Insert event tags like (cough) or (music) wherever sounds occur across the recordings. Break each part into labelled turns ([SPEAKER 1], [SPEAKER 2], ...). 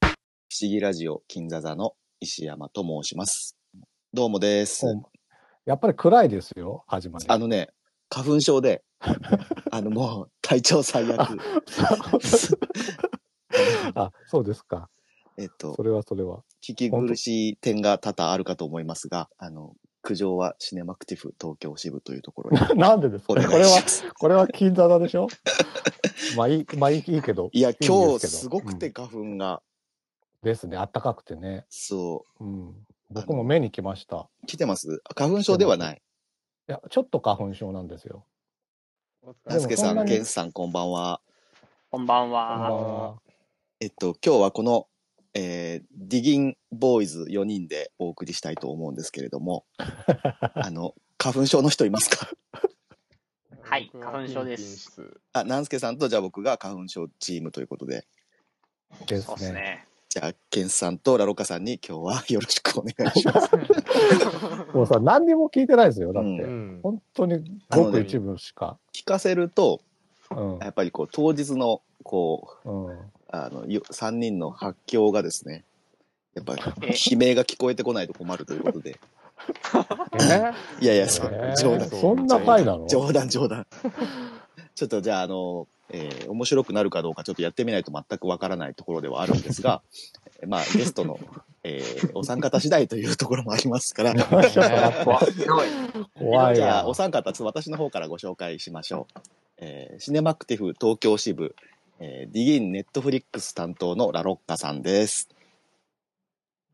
[SPEAKER 1] 思議ラジオ金座座の石山と申します。どうもです。
[SPEAKER 2] こうやっぱり暗いですよ、始まり。
[SPEAKER 1] あのね、花粉症で、あのもう体調最悪。
[SPEAKER 2] (laughs) あ、そうですか。
[SPEAKER 1] (laughs) えっと
[SPEAKER 2] そ、れはそれは。
[SPEAKER 1] (laughs) 聞き苦しい点が多々あるかと思いますが、あの、苦情はシネマクティフ東京支部というと
[SPEAKER 2] (laughs)
[SPEAKER 1] ころに
[SPEAKER 2] なんでですか
[SPEAKER 1] お
[SPEAKER 2] これ
[SPEAKER 1] 願いし
[SPEAKER 2] は
[SPEAKER 1] ま、す。
[SPEAKER 2] これは金座でし
[SPEAKER 1] (laughs)
[SPEAKER 2] ょまあいい、まあいいいいけど。
[SPEAKER 1] いや、
[SPEAKER 2] けど
[SPEAKER 1] 今日すごくて花粉が、
[SPEAKER 2] ですね、あったかくてね。
[SPEAKER 1] そ
[SPEAKER 2] うん。僕も目に来ました。
[SPEAKER 1] う、来てます花粉症ではない。
[SPEAKER 2] いや、ちょっと花粉症なんですよ。
[SPEAKER 1] なすけさ、
[SPEAKER 2] でもそんなんに
[SPEAKER 1] けんさん、こんばんは。
[SPEAKER 3] こんばん
[SPEAKER 2] こんばんは
[SPEAKER 3] は。
[SPEAKER 1] えっと、今日はこの、えーディギンボーイズ4人でお送りしたいと思うんですけれども、あの、花粉症の人いますか (laughs)
[SPEAKER 3] はい
[SPEAKER 4] 僕は
[SPEAKER 3] 花粉症です
[SPEAKER 4] ピンピン室。
[SPEAKER 1] あ、なんすけさんと、じゃあ僕が花粉症チームということで、
[SPEAKER 2] で
[SPEAKER 3] そうっ
[SPEAKER 2] す
[SPEAKER 3] す
[SPEAKER 2] ね。
[SPEAKER 3] ね。
[SPEAKER 1] じゃあ、けんさんとラロカさんに今日はよろしくお願いします。
[SPEAKER 2] もうさ、何にも聞いてないですよ、だっ
[SPEAKER 1] う
[SPEAKER 4] う
[SPEAKER 2] て。
[SPEAKER 4] ん。
[SPEAKER 2] 本当に
[SPEAKER 1] あの
[SPEAKER 2] ご
[SPEAKER 1] ね
[SPEAKER 2] く一部しか。
[SPEAKER 1] 聞かせると、
[SPEAKER 2] うん。
[SPEAKER 1] やっぱりこう、当日の、こう、
[SPEAKER 2] うん。
[SPEAKER 1] あの、3人の発狂がですね、やっぱ、悲鳴が聞こえてこないと困るということで。
[SPEAKER 4] え
[SPEAKER 1] いやい
[SPEAKER 2] え
[SPEAKER 1] や、そう
[SPEAKER 2] ー
[SPEAKER 1] 冗談
[SPEAKER 2] そんな回なの
[SPEAKER 1] 冗談冗談ちょっとじゃああの、えー面白くなるかどうかちょっとやってみないと全くわからないところではあるんですが
[SPEAKER 2] (laughs)
[SPEAKER 1] まあゲストの、えーお三方次第というところもありますから
[SPEAKER 3] わすごい。
[SPEAKER 2] 怖い
[SPEAKER 1] じゃあ
[SPEAKER 2] わ
[SPEAKER 1] お。三方ちょっと私の方からご紹介しましょう、えーシネマクティフ東京支部、えーディギンネットフリックス担当のラロッカさんです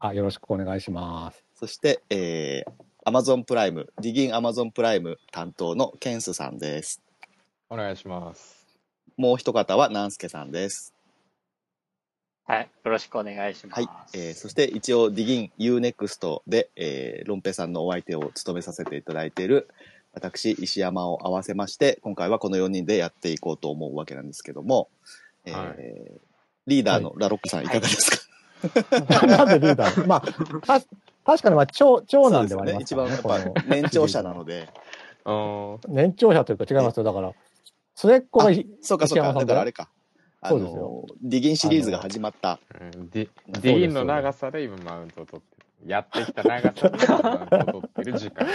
[SPEAKER 2] あ、よろしくお願いします。
[SPEAKER 1] そして、えー、Amazon プライムディギン Amazon プライム担当のケンスさんです
[SPEAKER 4] お願いします。
[SPEAKER 1] もう一方はナンスケさんです
[SPEAKER 3] はい。よろしくお願いしま
[SPEAKER 1] はい、
[SPEAKER 3] す。
[SPEAKER 1] えーそして一応、ディギン UNEXT で、えーロンペさんのお相手を務めさせていただいている、私、石山を合わせまして、今回はこの4人でやっていこうと思うわけなんですけども、えー
[SPEAKER 4] は
[SPEAKER 1] リーダーのラロックさん、いかがですか、
[SPEAKER 2] (laughs) なんでリーダーまあ、た確かにまあ長長男ではあります
[SPEAKER 1] 一
[SPEAKER 2] か
[SPEAKER 1] 番
[SPEAKER 2] らね
[SPEAKER 1] やっ
[SPEAKER 2] この
[SPEAKER 1] ぱ年長者なので、
[SPEAKER 4] あー
[SPEAKER 2] 年長者というか違いますよ。だから、末っ子がい、
[SPEAKER 1] そうかそうか、
[SPEAKER 2] 石山さ
[SPEAKER 1] だ
[SPEAKER 2] ん
[SPEAKER 1] か
[SPEAKER 2] だよ
[SPEAKER 1] らあれか、あ
[SPEAKER 2] そうです
[SPEAKER 1] の、ディギンシリーズが始まった、
[SPEAKER 4] うんディ
[SPEAKER 1] そうです
[SPEAKER 4] ディーンの長さで今マウントを取ってる。やってきた長さで今マウントを取ってる時間。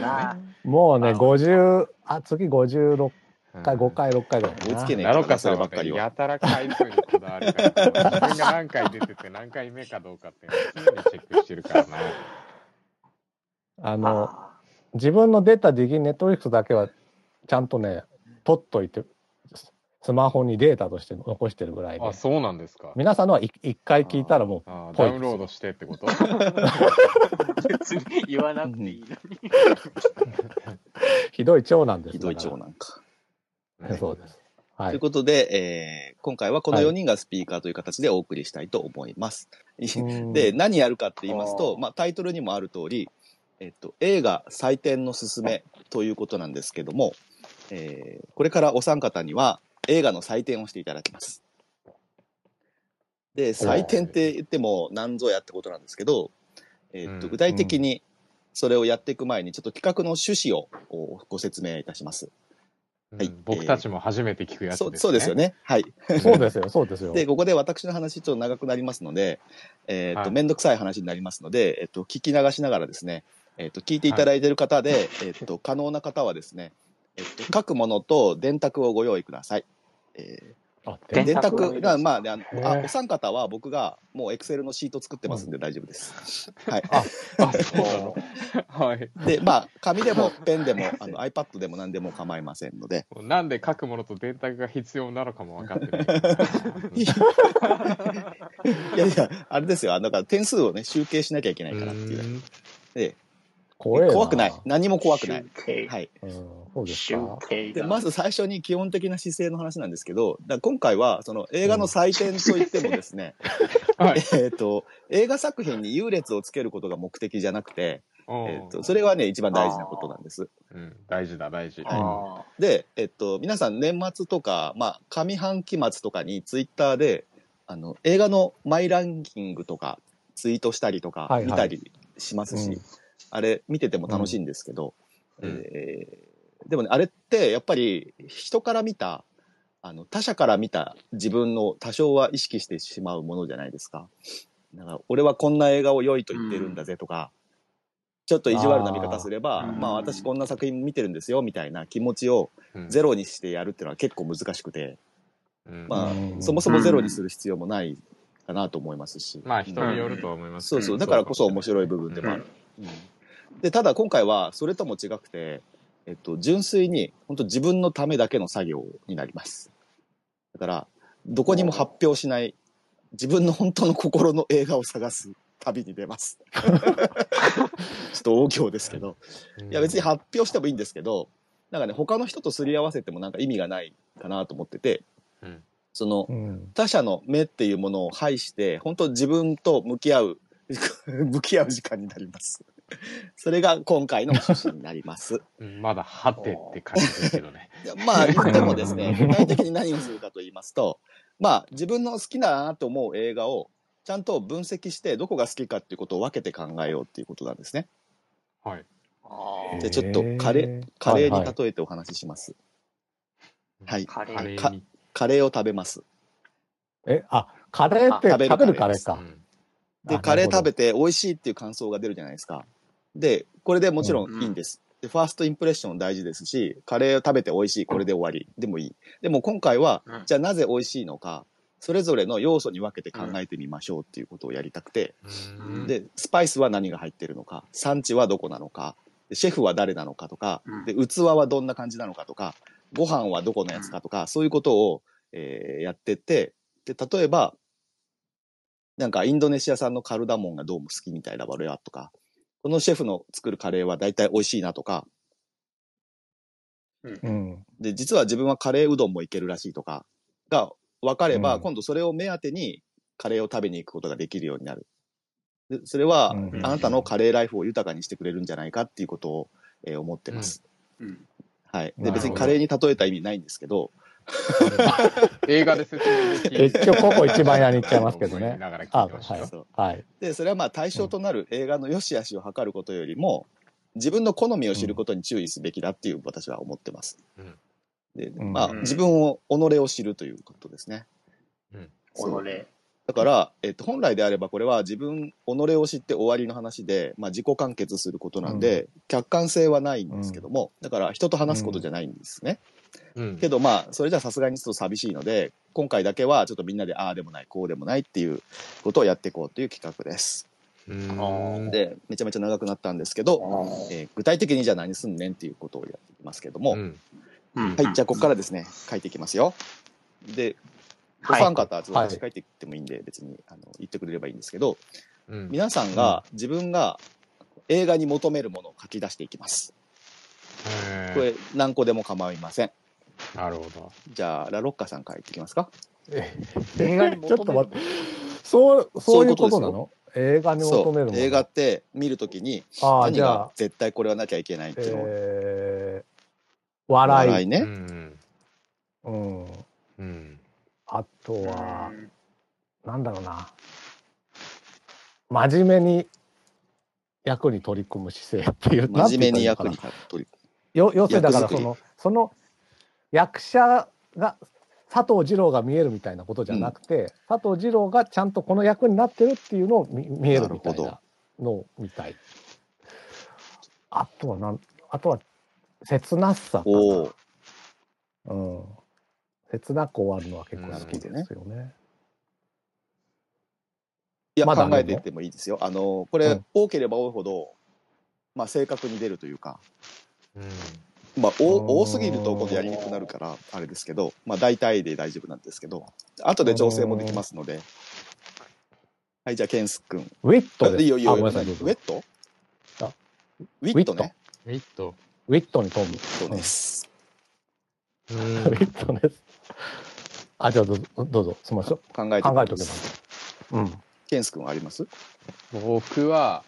[SPEAKER 3] なあ
[SPEAKER 2] もうね、
[SPEAKER 4] あ
[SPEAKER 2] 50、あ、次56
[SPEAKER 4] うん
[SPEAKER 2] 回、5。回、6回ぐらい
[SPEAKER 1] 追い
[SPEAKER 2] か
[SPEAKER 1] つけねえ
[SPEAKER 2] な。
[SPEAKER 1] か
[SPEAKER 4] ラロ
[SPEAKER 1] らな、
[SPEAKER 4] カ
[SPEAKER 1] そ
[SPEAKER 4] さ
[SPEAKER 1] れ
[SPEAKER 4] ん
[SPEAKER 1] ば
[SPEAKER 4] は
[SPEAKER 1] っか
[SPEAKER 4] ね
[SPEAKER 1] りは。
[SPEAKER 4] やたら回数にこだわるから、自分が何回出てて何回目かどうかっていうのを常にチェックしてるからな。
[SPEAKER 2] あの、
[SPEAKER 3] あ
[SPEAKER 2] 自分の出たディギンネットフリックスだけは、ちゃんとね、取っといて、ススマホにデータとして残してるぐらいで
[SPEAKER 4] あ、。そうなんですか。
[SPEAKER 2] 皆さんのは1回聞いたらも
[SPEAKER 4] あー
[SPEAKER 2] ぽ
[SPEAKER 4] ダ
[SPEAKER 2] い
[SPEAKER 4] ウンロードしてってこと
[SPEAKER 3] ー別に言わなくていいのに。
[SPEAKER 2] う、ひどい長男で
[SPEAKER 1] ひ
[SPEAKER 2] すか
[SPEAKER 1] ど
[SPEAKER 2] ら。
[SPEAKER 1] い長男か。
[SPEAKER 2] そうです。は
[SPEAKER 1] という
[SPEAKER 2] い。
[SPEAKER 1] ことで、えー今回はこの
[SPEAKER 2] はい
[SPEAKER 1] 4人がスピーカーという形でお送りしたいと思います。
[SPEAKER 2] うん
[SPEAKER 1] で、何やるかって言いますと、
[SPEAKER 3] あー
[SPEAKER 1] まあ、タイトルにもある通り、えっと、映画祭典のすすめということなんですけども、えーこれからお三方には映画の採点をしていただきます。で、採点って言っても何ぞやってことなんですけど、えっと、
[SPEAKER 4] うん
[SPEAKER 1] 具体的にそれをやっていく前に、ちょっと企画の趣旨をおご説明いたします。はい
[SPEAKER 4] うん僕たちも初めて聞くやつです
[SPEAKER 1] そ
[SPEAKER 4] ね。
[SPEAKER 1] そうですよね。はい。
[SPEAKER 2] (laughs) そうですよ、そうですよ。
[SPEAKER 1] で、ここで私の話ちょっと長くなりますので、えーっ
[SPEAKER 4] は
[SPEAKER 1] と、
[SPEAKER 4] い
[SPEAKER 1] めんどくさい話になりますので、えっと、聞き流しながらですね、えっと、聞いていただいている方で、えっと、可能な方はですね、えっと、書くものと電卓をご用意ください。え
[SPEAKER 2] あ
[SPEAKER 1] ー、
[SPEAKER 2] で
[SPEAKER 1] 電
[SPEAKER 3] 電卓
[SPEAKER 1] 卓が、まあね、あの
[SPEAKER 4] へ
[SPEAKER 1] あ
[SPEAKER 4] ー
[SPEAKER 1] お三方は僕がもうエクセルのシート作ってますんで大丈夫です。はい。
[SPEAKER 4] あ、そうなの。はい。
[SPEAKER 1] で、まあ、紙でもペンでも、あの iPad でも何でも構いませんので、
[SPEAKER 4] なんで書くものと電卓が必要なのかも分かってない。
[SPEAKER 1] (laughs) いやいや、あれですよ、あのだから点数をね、集計しなきゃいけないからっていう。で、
[SPEAKER 2] 怖え
[SPEAKER 1] 怖くない。何も怖くない。
[SPEAKER 3] い
[SPEAKER 1] はい。
[SPEAKER 2] うん、そうです
[SPEAKER 3] 集
[SPEAKER 2] か。
[SPEAKER 3] 計
[SPEAKER 1] で、
[SPEAKER 3] が。
[SPEAKER 1] まず最初に基本的な姿勢の話なんですけど、だから今回は、その映画の祭典といってもです
[SPEAKER 2] (laughs)
[SPEAKER 1] ね、
[SPEAKER 4] はい。
[SPEAKER 1] えっと、映画作品に優劣をつけることが目的じゃなくて、えっと、そ
[SPEAKER 4] れ、
[SPEAKER 1] れはね、一番大事なことなんです。
[SPEAKER 4] うん、大事だ、大事。
[SPEAKER 1] はい
[SPEAKER 3] あ
[SPEAKER 1] で、えっと、皆さん年末とか、まあ、上半期末とかにツイッターで、あの、映画のマイランキングとか、ツイートしたりと
[SPEAKER 2] は
[SPEAKER 1] か
[SPEAKER 2] い、はい
[SPEAKER 1] 見たりしますし、
[SPEAKER 2] うん
[SPEAKER 1] あれ見てても楽しいんですけど、
[SPEAKER 4] うん
[SPEAKER 1] えーでもね、あれってやっぱり人から見た、あの、他者から見た自分の多少は意識してしまうものじゃないですか。なんか俺はこんな映画を良いと言ってるんだぜとか、ちょっと意地悪な見方すれば、
[SPEAKER 3] あー
[SPEAKER 1] まあ私こんな作品見てるんですよみたいな気持ちを
[SPEAKER 4] うん
[SPEAKER 1] ゼロにしてやるっていうのは結構難しくて、
[SPEAKER 4] うん
[SPEAKER 1] まあ
[SPEAKER 2] うん
[SPEAKER 1] そもそもゼロにする必要もないかなと思いますし。
[SPEAKER 4] まあ人によると思いますけ
[SPEAKER 1] そ
[SPEAKER 4] ど、
[SPEAKER 1] うそう、だからこそ面白い部分でもある。うんで、ただ今回はそれとも違くて、えっと、純粋に、本当自分のためだけの作業になります。だから、どこにも発表しない、自分の本当の心の映画を探す旅に出 (laughs) ます。ちょっと大行ですけど。
[SPEAKER 4] うん
[SPEAKER 1] いや、別に発表してもいいんですけど、なんかね、他の人とすり合わせてもなんか意味がないかなと思ってて、
[SPEAKER 4] うん
[SPEAKER 1] その、
[SPEAKER 2] うん
[SPEAKER 1] 他者の目っていうものを排して本当自分と向き合う (laughs) 向き合う時間になりますそれが今回の趣旨になります
[SPEAKER 4] うんまだはてって感じですけどね。
[SPEAKER 1] いや
[SPEAKER 2] (laughs)
[SPEAKER 1] まあ言ってもですね具体的に何をするかと言いますとまあ自分の好きだなと思う映画をちゃんと分析してどこが好きかっていうことを分けて考えようっていうことなんですね
[SPEAKER 4] はい。
[SPEAKER 3] あ
[SPEAKER 1] でちょっとカレー
[SPEAKER 2] へ
[SPEAKER 1] カレー
[SPEAKER 2] はい
[SPEAKER 1] に
[SPEAKER 2] はい
[SPEAKER 1] 例えてお話ししますはい、
[SPEAKER 3] カレー
[SPEAKER 4] カレ
[SPEAKER 1] か
[SPEAKER 4] ーに。
[SPEAKER 1] カレーを食べます
[SPEAKER 2] え、あ、カレーって
[SPEAKER 1] あ食べる
[SPEAKER 2] 食べるカ
[SPEAKER 1] カレーで
[SPEAKER 2] レー
[SPEAKER 1] す
[SPEAKER 2] か。
[SPEAKER 1] で、
[SPEAKER 2] あ
[SPEAKER 1] カレー食。
[SPEAKER 2] なる
[SPEAKER 1] べて美味しいっていう感想が出るじゃないですか。で、これでもちろ
[SPEAKER 3] うんん
[SPEAKER 1] いいんです。で、ファーストインプレッション大事ですし、カレーを食べて美味しい、これで終わり。でもいい。でも今回は
[SPEAKER 3] うん、
[SPEAKER 1] じゃあなぜ美味しいのか、それぞれの要素に分けて考えてみましょうっていうことをやりたくて、
[SPEAKER 4] うん
[SPEAKER 1] で、スパイスは何が入ってるのか、産地はどこなのか、でシェフは誰なのかとか
[SPEAKER 3] うん、
[SPEAKER 1] で、器はどんな感じなのかとか、ご飯はどこのやつかとか、そういうことを、えーやってって、で、例えば、なんかインドネシア産のカルダモンがどうも好きみたいだわ、俺はとか、このシェフの作るカレーは大体美味しいなとか、
[SPEAKER 2] ほどうん。
[SPEAKER 1] で、実は自分はカレーうどんもいけるらしいとかが分かれば、
[SPEAKER 2] うん
[SPEAKER 1] 今度それを目当てにカレーを食べに行くことができるようになる。でそれは、
[SPEAKER 2] うん
[SPEAKER 1] あなたのカレーライフを豊かにしてくれるんじゃないかっていうことを、えー思ってます。
[SPEAKER 3] うん
[SPEAKER 1] はい。で、
[SPEAKER 2] な
[SPEAKER 4] るほど
[SPEAKER 1] 別にカレーに例えた意味ないんですけど、
[SPEAKER 4] (laughs) 映画で説明できる
[SPEAKER 2] 一応ここ一番屋に行っちゃいますけどね
[SPEAKER 4] 思いながら聞
[SPEAKER 2] あ、
[SPEAKER 4] いてました
[SPEAKER 2] はい
[SPEAKER 4] よ。
[SPEAKER 1] そう。
[SPEAKER 2] はい。
[SPEAKER 1] で、それはまあ対象となる映画の良し悪しを測ることよりも、自分の好みを知ることに注意すべきだっていう私は思ってます。
[SPEAKER 4] うん
[SPEAKER 1] で、
[SPEAKER 2] うん
[SPEAKER 1] まあ、自分を、己を知るということですね。
[SPEAKER 4] うん
[SPEAKER 1] そう
[SPEAKER 3] 己。
[SPEAKER 1] だから、えっと、本来であればこれは自分、己を知って終わりの話で、まあ、自己完結することなんで、客観性はないんですけども、だから人と話すことじゃないんですね。
[SPEAKER 4] うん
[SPEAKER 1] けどまあ、それじゃさすがにちょっと寂しいので、今回だけはちょっとみんなでああでもない、こうでもないっていうことをやっていこうという企画です。
[SPEAKER 4] うん
[SPEAKER 1] で、めちゃめちゃ長くなったんですけど、えー具体的にじゃあ何すんねんっていうことをやっていきますけども、
[SPEAKER 4] うん
[SPEAKER 3] うん
[SPEAKER 1] はい、じゃあここからですね、書いていきますよ。で、お
[SPEAKER 3] はい
[SPEAKER 1] 三方、ちょっと
[SPEAKER 2] はい
[SPEAKER 1] 私書いていってもいいんで、別にあの言ってくれればいいんですけど、
[SPEAKER 4] うん
[SPEAKER 1] 皆さんが自分が映画に求めるものを書き出していきます。
[SPEAKER 4] へー
[SPEAKER 1] これ何個でも構いません。
[SPEAKER 4] なるほど。
[SPEAKER 1] じゃあ、ラロッカさんから言ってきますか。
[SPEAKER 3] 映画に求める
[SPEAKER 2] ちょっと待って。そう、そういうことなの映画に
[SPEAKER 1] そ
[SPEAKER 2] 求める
[SPEAKER 1] う
[SPEAKER 2] も、の。
[SPEAKER 1] 映画って見るときに、
[SPEAKER 2] ああ、
[SPEAKER 1] 何
[SPEAKER 2] じゃ
[SPEAKER 1] が
[SPEAKER 2] あ、
[SPEAKER 1] 絶対これはなきゃいけないっていうのを、
[SPEAKER 2] えー、
[SPEAKER 1] 笑
[SPEAKER 2] 笑い。
[SPEAKER 1] いね。
[SPEAKER 4] うん
[SPEAKER 2] うん。
[SPEAKER 4] うん
[SPEAKER 2] あと
[SPEAKER 3] うん
[SPEAKER 2] は、なんだろうな。真面目に役に取り組む姿勢っていう。
[SPEAKER 1] 真面目に役
[SPEAKER 2] なん
[SPEAKER 1] に
[SPEAKER 2] て
[SPEAKER 1] 立つという
[SPEAKER 2] 言ったらいいのかな。よ要するにだから
[SPEAKER 1] 役
[SPEAKER 2] そ
[SPEAKER 1] 作り
[SPEAKER 2] の、その役者が、佐藤二郎が見えるみたいなことじゃなくて、佐藤二郎がちゃんとこの役になってるっていうのを見見えるみたい
[SPEAKER 1] なる
[SPEAKER 2] なのを見たい。あとはなん、あとは、切なさかな
[SPEAKER 1] おー
[SPEAKER 2] うん。切なく終わるのは結構好き
[SPEAKER 1] な
[SPEAKER 2] で
[SPEAKER 1] る
[SPEAKER 2] すよね。
[SPEAKER 1] いや、
[SPEAKER 2] まだある
[SPEAKER 1] 考
[SPEAKER 2] の
[SPEAKER 1] えていってもいいですよ。あの、これ、
[SPEAKER 2] うん
[SPEAKER 1] 多ければ多いほど、まあ、正確に出るというか、
[SPEAKER 4] うん
[SPEAKER 1] まあ、
[SPEAKER 2] あー
[SPEAKER 1] お多すぎると今度やりにくくなるから、あれですけど、まあ、大体で大丈夫なんですけど、後で調整もできますので。はい、じゃあ、ケンス君。
[SPEAKER 2] ウィット
[SPEAKER 1] い
[SPEAKER 2] で
[SPEAKER 1] い
[SPEAKER 2] す。
[SPEAKER 1] よ、いいよ。
[SPEAKER 2] あ
[SPEAKER 1] ウ
[SPEAKER 2] ごめんなさい、どうぞ
[SPEAKER 1] ェット
[SPEAKER 2] あ
[SPEAKER 1] ウィットね。
[SPEAKER 4] ウィット。
[SPEAKER 2] ウィットに飛ぶ。
[SPEAKER 1] そうです。
[SPEAKER 4] う
[SPEAKER 2] ウ
[SPEAKER 4] ん
[SPEAKER 2] ィットです。あ、じゃあどうぞ、どうぞ、すみません。
[SPEAKER 1] 考えて
[SPEAKER 2] 考え
[SPEAKER 1] と
[SPEAKER 2] と
[SPEAKER 1] き
[SPEAKER 2] け
[SPEAKER 1] ます。
[SPEAKER 2] ば。うん。
[SPEAKER 1] ケンス君はあります
[SPEAKER 4] (laughs) 僕は、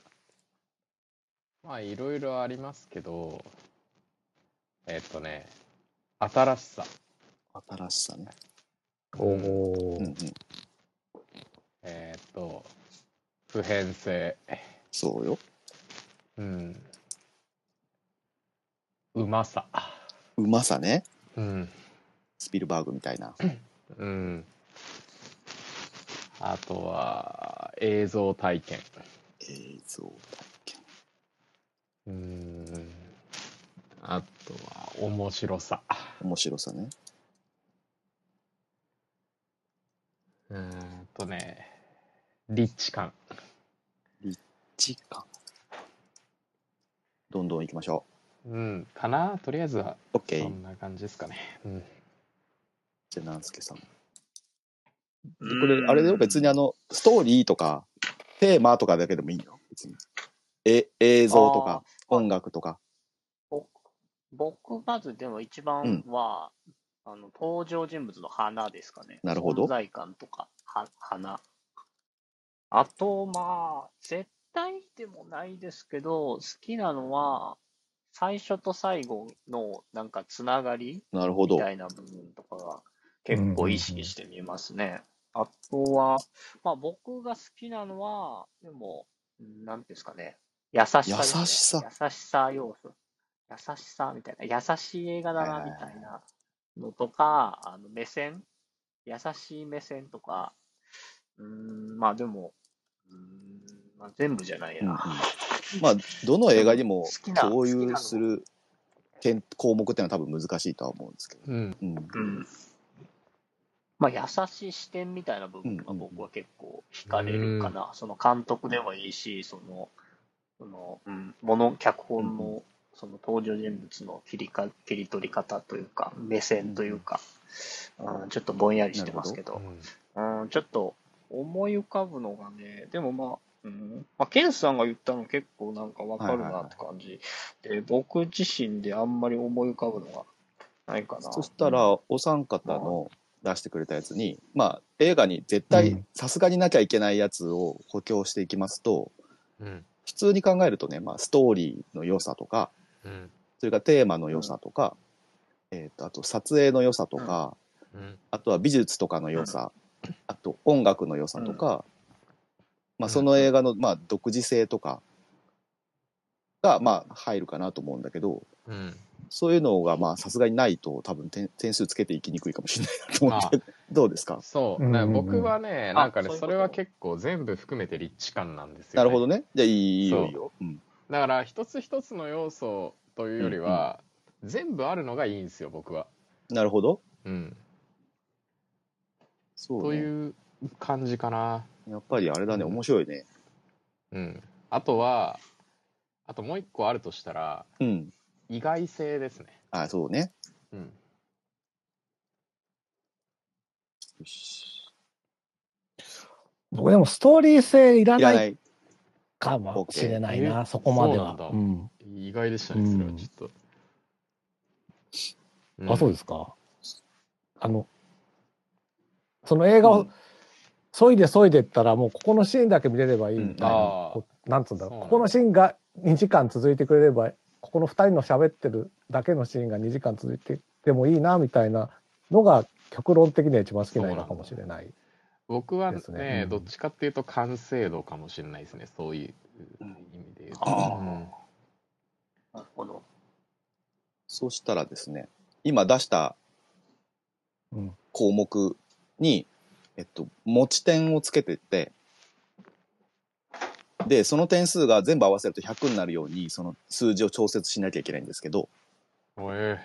[SPEAKER 4] まあいろいろありますけど、えっとね、新しさ。
[SPEAKER 1] 新しさね。
[SPEAKER 2] おおー、
[SPEAKER 1] うんうん。
[SPEAKER 4] えっと、普遍性。
[SPEAKER 1] そうよ。
[SPEAKER 4] うん。うまさ。
[SPEAKER 1] うまさね。
[SPEAKER 4] うん。
[SPEAKER 1] スピルバーグみたいな。
[SPEAKER 4] うん。あとは、映像体験
[SPEAKER 1] 映像体験。
[SPEAKER 4] うーんあとは面白さ
[SPEAKER 1] 面白さね。
[SPEAKER 4] うーんとね立地感
[SPEAKER 1] 時間。どんどん行きましょ
[SPEAKER 4] うんかなとりあえずは
[SPEAKER 1] う。OK。
[SPEAKER 4] そんな感じですかね、うん、
[SPEAKER 1] じゃあ、なんすけさん。こ
[SPEAKER 3] うん
[SPEAKER 1] れ、あれだよ、別にあの、ストーリーとか、テーマとかだけでもいいよ、別に。え、映像とか、音楽とか。
[SPEAKER 3] 僕、まずでも一番は、あの登場人物の花ですかね。
[SPEAKER 1] なるほど
[SPEAKER 3] 存在感とか、は花。あと、まあ、絶対でもないですけど、好きなのは、最初と最後のなんかつながり
[SPEAKER 1] なるほど
[SPEAKER 3] み。たいな部分とかが結構意識して見ますね。あとは、まあ僕が好きなのは、でも、なんていうんですかね、優しさですね、
[SPEAKER 1] 優しさ
[SPEAKER 3] 優しさ要素。優しさみたいな、優しい映画だなみたいなのとか、あの目線、優しい目線とか、うーん、まあでも、うーんまあ、全部じゃない
[SPEAKER 1] うんうん
[SPEAKER 3] な。
[SPEAKER 1] まあ、どの映画にも
[SPEAKER 3] 好きな
[SPEAKER 1] 共
[SPEAKER 3] 好きな
[SPEAKER 1] 有
[SPEAKER 3] の
[SPEAKER 1] する点項目っていうのは多分難しいとは思うんですけど。
[SPEAKER 4] うん、
[SPEAKER 1] うん。
[SPEAKER 3] うんまあ、優しい視点みたいな部分が
[SPEAKER 1] うんうんうん
[SPEAKER 3] 僕は結構惹かれるかな、その監督でもいいし、その、そのうん、もの脚本
[SPEAKER 1] うん
[SPEAKER 3] のその登場人物の切りか切り取り方というか、目線というか、うんちょっとぼんやりしてますけど、うん、ちょっと思い浮かぶのがね、でもまあ、うんまあ、ケンさんが言ったの結構なんかわかるなって感じ、で、僕自身であんまり思い浮かぶのがないかな。
[SPEAKER 1] そしたら、お三方の出してくれたやつに、まあ、映画に絶対、さすがになきゃいけないやつを補強していきますと、
[SPEAKER 4] うん
[SPEAKER 1] 普通に考えるとね、まあ、ストーリーの良さとか、
[SPEAKER 4] うん
[SPEAKER 1] それからテーマの良さとか、えーとあと撮影の良さとか、
[SPEAKER 4] うん
[SPEAKER 1] あとは美術とかの良さ、あと音楽の良さとか、まあ、その映画の、まあ、独自性とかが、まあ、入るかなと思うんだけど、
[SPEAKER 4] うん
[SPEAKER 1] そういうのが、まあ、さすがにないと、多分点点数つけていきにくいかもしれないなと思って、どうですか
[SPEAKER 4] そう、
[SPEAKER 2] うんうんうん
[SPEAKER 4] な僕はね、なんかね
[SPEAKER 3] あそういうこと
[SPEAKER 4] それは結構全部含めて立地感なんですよ、ね、
[SPEAKER 1] なるほどね。じゃあ、いいいい
[SPEAKER 4] そう
[SPEAKER 1] よ、いいよ。うん。
[SPEAKER 4] だから一つ一つの要素というよりは、全部あるのがいいんですよ僕は、
[SPEAKER 1] なるほど。
[SPEAKER 4] うん、
[SPEAKER 1] そう、ね。
[SPEAKER 4] という感じかな
[SPEAKER 1] やっぱりあれだね、面白いね。
[SPEAKER 4] うんあとはあともう一個あるとしたら
[SPEAKER 1] うん。
[SPEAKER 4] 意外性ですね
[SPEAKER 1] あ、そうね。
[SPEAKER 4] うん
[SPEAKER 1] よし
[SPEAKER 2] 僕でもストーリー性いら
[SPEAKER 1] いら
[SPEAKER 2] な
[SPEAKER 1] ないい。
[SPEAKER 2] かもしれない
[SPEAKER 4] オッケー
[SPEAKER 2] な、そこまで
[SPEAKER 4] そう
[SPEAKER 2] は
[SPEAKER 4] な。
[SPEAKER 2] う
[SPEAKER 4] んだ
[SPEAKER 2] ん
[SPEAKER 4] 意外でしたねそれはちょっと、
[SPEAKER 2] あ、そう
[SPEAKER 4] で
[SPEAKER 2] で
[SPEAKER 4] す
[SPEAKER 2] すか。あの、その映画を、そいでそいでったら、もうここのシーンだけ見れればいいみたいな、
[SPEAKER 1] うん
[SPEAKER 4] あー
[SPEAKER 2] こうなんつうんだろ
[SPEAKER 4] そう
[SPEAKER 2] う、
[SPEAKER 4] なんだ
[SPEAKER 2] ここのシーンが2時間続いてくれれば、ここの2人の喋ってるだけのシーンが2時間続いてでもいいな、みたいなのが、極論的には一番好きな映画かもしれない。
[SPEAKER 4] 僕はね
[SPEAKER 2] ですねうん
[SPEAKER 4] どっちかっていうと完成度かもしれないですねそういう意味で言うと、
[SPEAKER 3] あー
[SPEAKER 4] うん
[SPEAKER 3] なるほど。
[SPEAKER 1] そしたらですね、今出した
[SPEAKER 2] うん。
[SPEAKER 1] 項目に、えっと、持ち点をつけてって、で、その点数が全部合わせると100になるように、その数字を調節しなきゃいけないんですけど、
[SPEAKER 4] おえ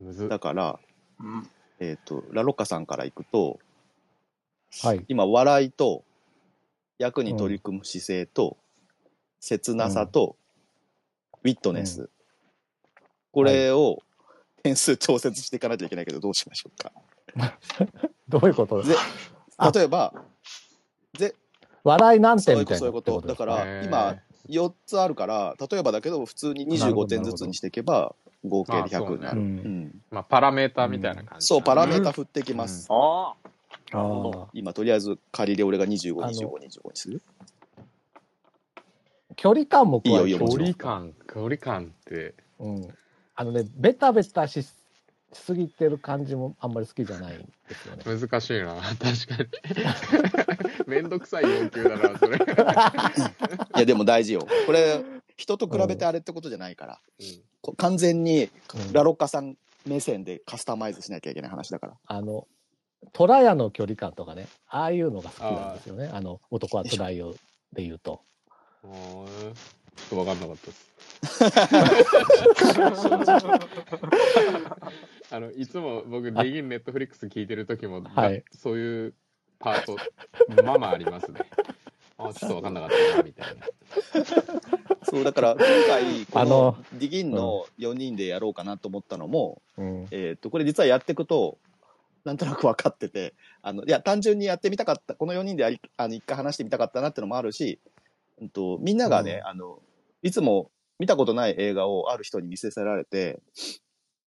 [SPEAKER 4] むず
[SPEAKER 1] だから、
[SPEAKER 3] うん、
[SPEAKER 1] えっと、ラロッカさんからいくと、
[SPEAKER 2] はい。
[SPEAKER 1] 今、笑いと、役に取り組む姿勢と、切なさと、ウィットネス、これを点数調節していかなきゃいけないけど、どうしましょうか。
[SPEAKER 2] どういうこと
[SPEAKER 1] ぜ
[SPEAKER 2] あ
[SPEAKER 1] 例えば、
[SPEAKER 2] 笑い何
[SPEAKER 1] そう
[SPEAKER 2] 点
[SPEAKER 1] いう
[SPEAKER 2] み
[SPEAKER 1] こ
[SPEAKER 2] た
[SPEAKER 1] と、そういうこ。
[SPEAKER 2] いなってこととで
[SPEAKER 1] だ
[SPEAKER 2] すか。
[SPEAKER 1] から、
[SPEAKER 4] えー
[SPEAKER 1] 今、4つあるから、例えばだけど、普通に
[SPEAKER 2] なる
[SPEAKER 1] 25
[SPEAKER 2] ほど
[SPEAKER 1] 点ずつにしていけば、合計で
[SPEAKER 4] あそう
[SPEAKER 1] 100
[SPEAKER 4] ね
[SPEAKER 1] になる。
[SPEAKER 2] う
[SPEAKER 1] うん
[SPEAKER 2] ん
[SPEAKER 4] まあ、パラメーターみたいな感じ、
[SPEAKER 1] そう、パラメータ振ってきます。
[SPEAKER 3] ああ、
[SPEAKER 2] あー
[SPEAKER 1] 今、とりあえず仮で俺が25、25
[SPEAKER 2] あの、
[SPEAKER 1] 25にする
[SPEAKER 2] 距離感も加えて
[SPEAKER 1] いいよいいよ
[SPEAKER 4] 距
[SPEAKER 1] もちろん
[SPEAKER 4] 離感距離感って
[SPEAKER 2] うん、あのねベタベタししすぎてる感じもあんまり好きじゃないんですよね。
[SPEAKER 4] 難しいな確かに (laughs) めんどくさい要求だな
[SPEAKER 1] (laughs)
[SPEAKER 4] それ、
[SPEAKER 1] いや、でも大事よ。これ、人と比べてあれってことじゃないから。
[SPEAKER 4] うん
[SPEAKER 1] こう完全に
[SPEAKER 2] うん
[SPEAKER 1] ラロッカさん目線でカスタマイズしなきゃいけない話だから。
[SPEAKER 2] あの虎屋の距離感とかね、ああいうのが好きなんですよね。あの、男は辛いよで言うと。
[SPEAKER 4] うーんちょっと分かんなかったです。あのいつも僕、
[SPEAKER 2] あ
[SPEAKER 4] デギンネットフリックス聞いてる時も、
[SPEAKER 2] はい
[SPEAKER 4] そういうパート、ままあります
[SPEAKER 1] (laughs)
[SPEAKER 4] ね。あちょっと分かんなかったな、みたいな。
[SPEAKER 1] そう、だから今回、こ
[SPEAKER 2] あ
[SPEAKER 1] の
[SPEAKER 2] の
[SPEAKER 1] ディギンの4人でやろうかなと思ったのも、
[SPEAKER 2] うん。
[SPEAKER 1] えっ、と、これ実はやっていくと、なんとなく分かってて、あの、いや、単純にやってみたかった、この4人でやり、あの、一回話してみたかったなってのもあるし、うんと、みんながね、あの、いつも見たことない映画をある人に見せられて、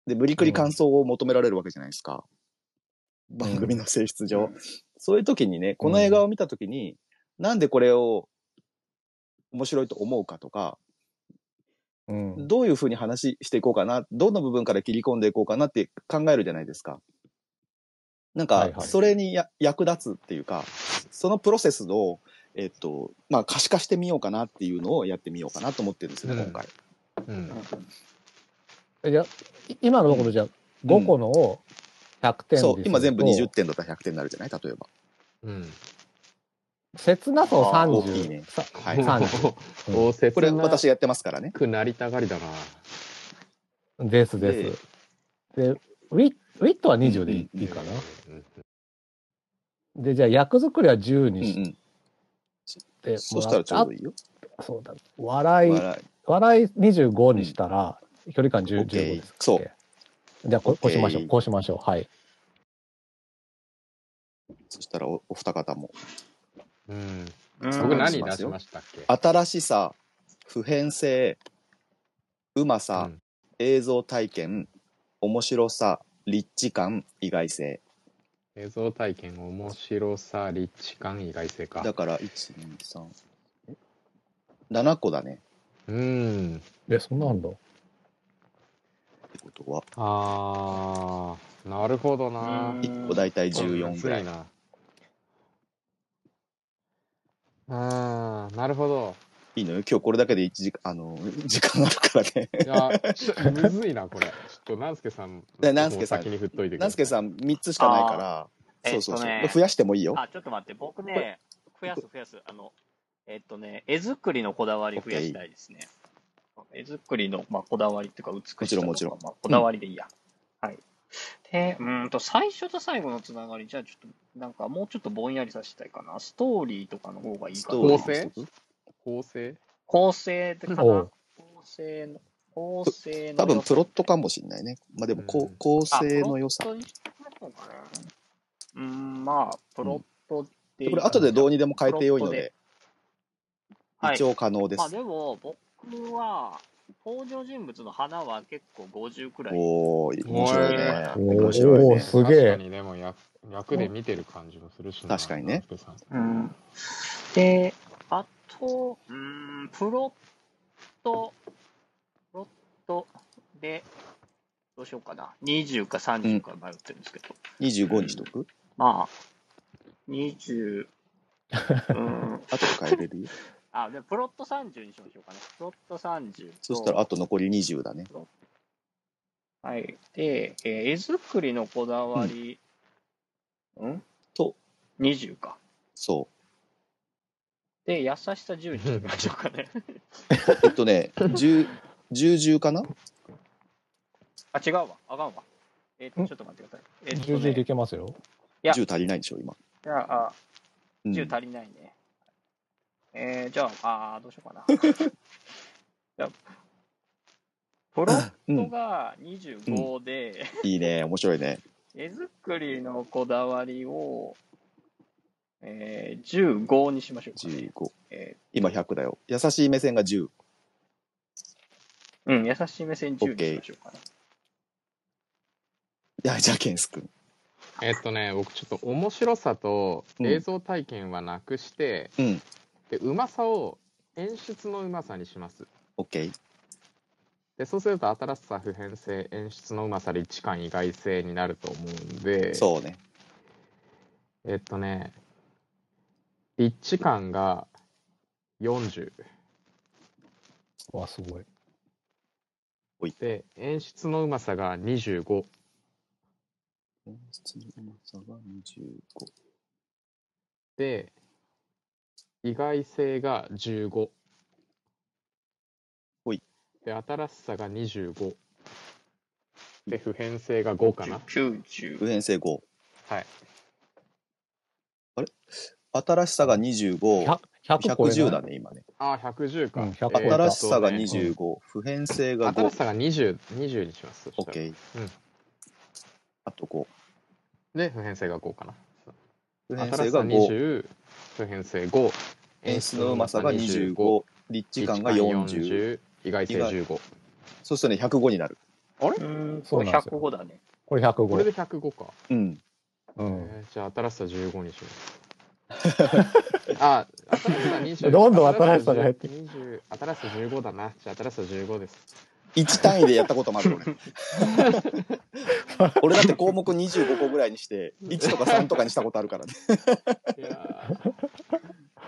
[SPEAKER 1] で、無理くり感想を求められるわけじゃないですか。番組の性質上。そういう時にね、この映画を見た時に、なんでこれを面白いと思うかとか、
[SPEAKER 2] うん。
[SPEAKER 1] どういうふうに話していこうかな、どの部分から切り込んでいこうかなって考えるじゃないですか。なん
[SPEAKER 2] は
[SPEAKER 1] か
[SPEAKER 2] い、はい
[SPEAKER 1] それにや役立つっていうか、そのプロセスを、えっと、まあ、可視化してみようかなっていうのをやってみようかなと思ってるんですね、
[SPEAKER 4] うん
[SPEAKER 1] 今回。
[SPEAKER 4] うん、
[SPEAKER 2] えじゃあい今のところじゃあ、5個のを100点にする
[SPEAKER 1] そ
[SPEAKER 2] と、
[SPEAKER 1] う、今全部20点だったら100点になるじゃない例えば。
[SPEAKER 4] うん。
[SPEAKER 2] 切なさを
[SPEAKER 3] あー
[SPEAKER 1] 大きいね
[SPEAKER 2] 30。さ
[SPEAKER 1] はい
[SPEAKER 2] 30。
[SPEAKER 4] おお、
[SPEAKER 1] これ、
[SPEAKER 4] 切な
[SPEAKER 1] 私やってますからね。
[SPEAKER 4] くなりたがりだな。
[SPEAKER 2] ですです。で、ウィウィットは20でい
[SPEAKER 1] うん
[SPEAKER 2] いいいかな。
[SPEAKER 4] うん
[SPEAKER 2] で、じゃあ役作りは10
[SPEAKER 1] う
[SPEAKER 2] に
[SPEAKER 1] んう
[SPEAKER 2] し
[SPEAKER 1] ん。
[SPEAKER 2] て
[SPEAKER 1] そ
[SPEAKER 2] も
[SPEAKER 1] し
[SPEAKER 2] ら
[SPEAKER 1] た
[SPEAKER 2] っ
[SPEAKER 1] ら
[SPEAKER 2] て、
[SPEAKER 1] ちょうどいいよ。
[SPEAKER 2] あそうだ、笑い、
[SPEAKER 1] 笑い
[SPEAKER 2] 笑い25にしたら、距離感10 15です。
[SPEAKER 1] そう
[SPEAKER 2] オッケー。じゃあこ、こうしましょ
[SPEAKER 1] オッケー
[SPEAKER 2] う。こうしましょう。はい。
[SPEAKER 1] そしたらおお二方も。
[SPEAKER 4] う
[SPEAKER 1] ん
[SPEAKER 4] ん。僕
[SPEAKER 1] なし
[SPEAKER 4] 何
[SPEAKER 1] ま
[SPEAKER 4] 出
[SPEAKER 1] す
[SPEAKER 4] し
[SPEAKER 1] よ
[SPEAKER 4] ましたっけ
[SPEAKER 1] 新しさ、普遍性、うまさ、
[SPEAKER 4] うん
[SPEAKER 1] 映像体験、面白さ、立地感、意外性。
[SPEAKER 4] 映像体験、面白さ、立地感、意外性か。
[SPEAKER 1] だから、1、2、3、7個だね。
[SPEAKER 4] うん。
[SPEAKER 2] え、そんなんだ。
[SPEAKER 1] ってことは、
[SPEAKER 4] あー、なるほどな。
[SPEAKER 1] 1個だいたい14ぐらい。
[SPEAKER 4] な。あー、なるほど。
[SPEAKER 1] いいのよ。今日これだけで1時間、あの、 (laughs) 時間あるから
[SPEAKER 3] (laughs)
[SPEAKER 1] ね。(laughs)
[SPEAKER 4] いや、ちょむずいな、これ。ちょっと、南助さん、
[SPEAKER 1] で南助さん
[SPEAKER 4] 先に振っといてください。
[SPEAKER 1] ナスケさん3つしかないから、
[SPEAKER 3] あー
[SPEAKER 1] そうそうそう。
[SPEAKER 3] えっとね
[SPEAKER 1] 増やしてもいいよ。
[SPEAKER 3] あ、ちょっと待って、僕ね、増やす増やす。あの、えっとね、絵作りのこだわり増やしたいですね。絵作りの、まあ、こだわりっていうか、美しさとか
[SPEAKER 1] もちろんもち
[SPEAKER 3] まあ、こだわりでいいや。はい。で、うーんと、最初と最後のつながり、じゃあちょっと、なんかもうちょっとぼんやりさせたいかな。ストーリーとかの方がいい
[SPEAKER 1] ス
[SPEAKER 3] か
[SPEAKER 1] トーリ
[SPEAKER 3] な。
[SPEAKER 1] ー
[SPEAKER 4] 構成
[SPEAKER 1] にしとく
[SPEAKER 4] 構成
[SPEAKER 3] 構成かな。
[SPEAKER 2] おう
[SPEAKER 3] 構成の、構成の。
[SPEAKER 1] 多分プロットかもしんないね。まあでも、こ
[SPEAKER 4] う
[SPEAKER 1] うん構成の良さ
[SPEAKER 3] あ。プロットにしてもらおうかなうーん、まあ、プロットっていう
[SPEAKER 1] こ
[SPEAKER 3] か
[SPEAKER 1] れ後でどうにでも変えてよいの
[SPEAKER 3] プロッ
[SPEAKER 1] で、
[SPEAKER 3] トはい
[SPEAKER 1] 一応可能で
[SPEAKER 3] まあ
[SPEAKER 1] す。
[SPEAKER 3] でも、僕は、登場人物の花は結構50くらい。
[SPEAKER 1] おー、面白いね。
[SPEAKER 2] おー
[SPEAKER 1] 面白い
[SPEAKER 2] おー
[SPEAKER 1] ね。
[SPEAKER 2] すげえ
[SPEAKER 4] 確かに、でも役、役で見てる感じもするしな
[SPEAKER 1] 確かにね。
[SPEAKER 4] 南助さん
[SPEAKER 3] うん、で、あと、うーん、プロット、プロットで、どうしようかな。20か30か迷ってるんですけど。
[SPEAKER 1] 25にしとく
[SPEAKER 3] まあ、20、うん、
[SPEAKER 1] 後で変えれるよ。
[SPEAKER 3] あ、で、プロット30にしましょうかね。プロット30と。
[SPEAKER 1] そしたらあと残り20だね。
[SPEAKER 3] はい。で、えー絵作りのこだわり、うん
[SPEAKER 1] と、
[SPEAKER 3] 20か。
[SPEAKER 1] そ
[SPEAKER 3] で、優しさ10にしてみましょう
[SPEAKER 1] (laughs)
[SPEAKER 3] かね。
[SPEAKER 1] う。えっとね、10、10かな
[SPEAKER 3] あ、違うわ。あかんわ。えっと、
[SPEAKER 2] ん
[SPEAKER 3] ちょっと待ってください。えっと、
[SPEAKER 2] 10で
[SPEAKER 3] ね
[SPEAKER 2] い、けますよ。
[SPEAKER 3] や
[SPEAKER 1] ?10 足りないでしょ、今。
[SPEAKER 3] じゃあ、あ
[SPEAKER 1] うん
[SPEAKER 3] 10足りないね。えー、じゃあ、あーどうしようかな。じ
[SPEAKER 1] (laughs)
[SPEAKER 3] ゃあ、プロッ
[SPEAKER 1] うん
[SPEAKER 3] トが25で、
[SPEAKER 1] いいね、面白いね。
[SPEAKER 3] 絵作りのこだわりを、えー、15にしましょうかね。
[SPEAKER 1] 15。
[SPEAKER 3] え
[SPEAKER 1] 今100だよ。優しい目線が10。
[SPEAKER 3] ーうん、優しい目線10にしましょうかね。
[SPEAKER 1] いや、じゃあ、ケンス君。
[SPEAKER 4] えっとね、僕ちょっと面白さと
[SPEAKER 1] うん
[SPEAKER 4] 映像体験はなくして、
[SPEAKER 1] うん。
[SPEAKER 4] で、うまさを演出のうまさにします。
[SPEAKER 1] OK。
[SPEAKER 4] で、そうすると新しさ、普遍性、演出のうまさ、立地感、意外性になると思うんで、
[SPEAKER 1] そうね。
[SPEAKER 4] えっとね、立地感が40
[SPEAKER 2] わ、すごい。
[SPEAKER 4] で、演出のうまさが25。
[SPEAKER 1] 質の甘さが25。
[SPEAKER 4] で、意外性が15。
[SPEAKER 1] ほい。
[SPEAKER 4] で、新しさが25。で、普遍性が5かな。
[SPEAKER 1] 普
[SPEAKER 3] 90。
[SPEAKER 1] 遍性5。
[SPEAKER 4] はい。
[SPEAKER 1] 新しさが25。
[SPEAKER 2] 100, 100超えない
[SPEAKER 1] 110だね、今ね。
[SPEAKER 4] ああ、110か。
[SPEAKER 2] うん100
[SPEAKER 4] えーっとね
[SPEAKER 1] 新しさが25、普遍性が
[SPEAKER 4] 新し
[SPEAKER 1] 5。
[SPEAKER 4] さが20、20にします。そしたら
[SPEAKER 1] OK。
[SPEAKER 4] うん
[SPEAKER 1] あと5。
[SPEAKER 4] で、普遍性が5かな。
[SPEAKER 1] 普遍
[SPEAKER 4] 新し
[SPEAKER 1] 性
[SPEAKER 4] さ
[SPEAKER 1] が5。
[SPEAKER 4] 20、普遍性5。
[SPEAKER 1] 演出のうまさが
[SPEAKER 4] 25
[SPEAKER 1] 25。立地感が40。
[SPEAKER 4] 意外性15
[SPEAKER 1] そうするとね、105になる。
[SPEAKER 3] うーん、
[SPEAKER 2] そ
[SPEAKER 3] こ
[SPEAKER 2] う
[SPEAKER 3] れ
[SPEAKER 2] なんですよ
[SPEAKER 3] 105だね。
[SPEAKER 2] これ105
[SPEAKER 4] これで105か、
[SPEAKER 1] うん。
[SPEAKER 2] うん、
[SPEAKER 4] えーじゃあ新しさ15にしますあ新しさ20
[SPEAKER 2] どんどん新しさが減って
[SPEAKER 4] 20新しさ15だなじゃあ新しさ15です
[SPEAKER 1] 1単位でやったこともある、俺。俺だって項目25個ぐらいにして、1とか3とかにしたことあるからね。
[SPEAKER 4] いやー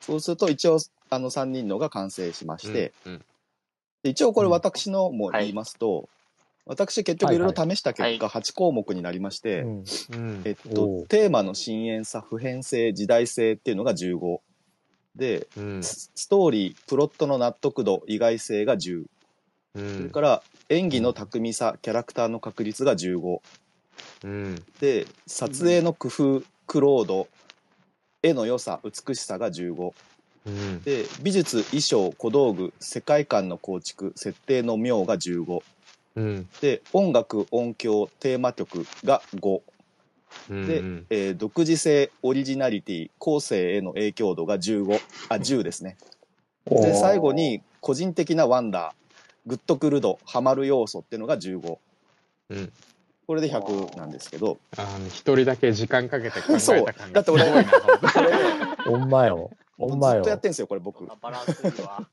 [SPEAKER 1] そうすると、一応、あの3人のが完成しまして、
[SPEAKER 4] うんうん
[SPEAKER 1] で一応これ私のも言いますと、私結局いろいろ試した
[SPEAKER 3] は
[SPEAKER 1] 結
[SPEAKER 3] い
[SPEAKER 1] 果8項目になりまして、
[SPEAKER 2] うん
[SPEAKER 4] うん
[SPEAKER 1] えっと
[SPEAKER 2] お、う
[SPEAKER 1] テーマの深淵さ、普遍性、時代性っていうのが15。で、
[SPEAKER 4] うん
[SPEAKER 1] スストーリー、プロットの納得度、意外性が10。
[SPEAKER 4] う
[SPEAKER 1] それ
[SPEAKER 4] ん
[SPEAKER 1] から、演技の巧みさ、キャラクターの確率が15。
[SPEAKER 4] うん
[SPEAKER 1] で、撮影の工夫、苦労度、絵の良さ、美しさが15。
[SPEAKER 4] うん
[SPEAKER 1] で、美術、衣装、小道具、世界観の構築、設定の妙が15。
[SPEAKER 4] うん
[SPEAKER 1] で、音楽、音響、テーマ曲が5。
[SPEAKER 4] うん
[SPEAKER 1] で
[SPEAKER 4] うん
[SPEAKER 1] えー独自性オリジナリティ後世への影響度が15あ10ですね
[SPEAKER 3] お
[SPEAKER 1] で
[SPEAKER 3] ー
[SPEAKER 1] 最後に個人的なワンダーグッとくる度ハマる要素っていうのが15
[SPEAKER 4] うん
[SPEAKER 1] これで100なんですけど
[SPEAKER 4] あの一人だけ時間かけて考え
[SPEAKER 1] そう
[SPEAKER 4] た感
[SPEAKER 1] だ
[SPEAKER 4] が
[SPEAKER 1] って俺
[SPEAKER 4] すごいな本当に
[SPEAKER 1] これね
[SPEAKER 2] ほんまよほ
[SPEAKER 1] も
[SPEAKER 2] ん
[SPEAKER 1] う
[SPEAKER 2] ま
[SPEAKER 1] ず
[SPEAKER 2] よ
[SPEAKER 1] っとやってんすよこれ僕
[SPEAKER 3] バランスいい (laughs) わ。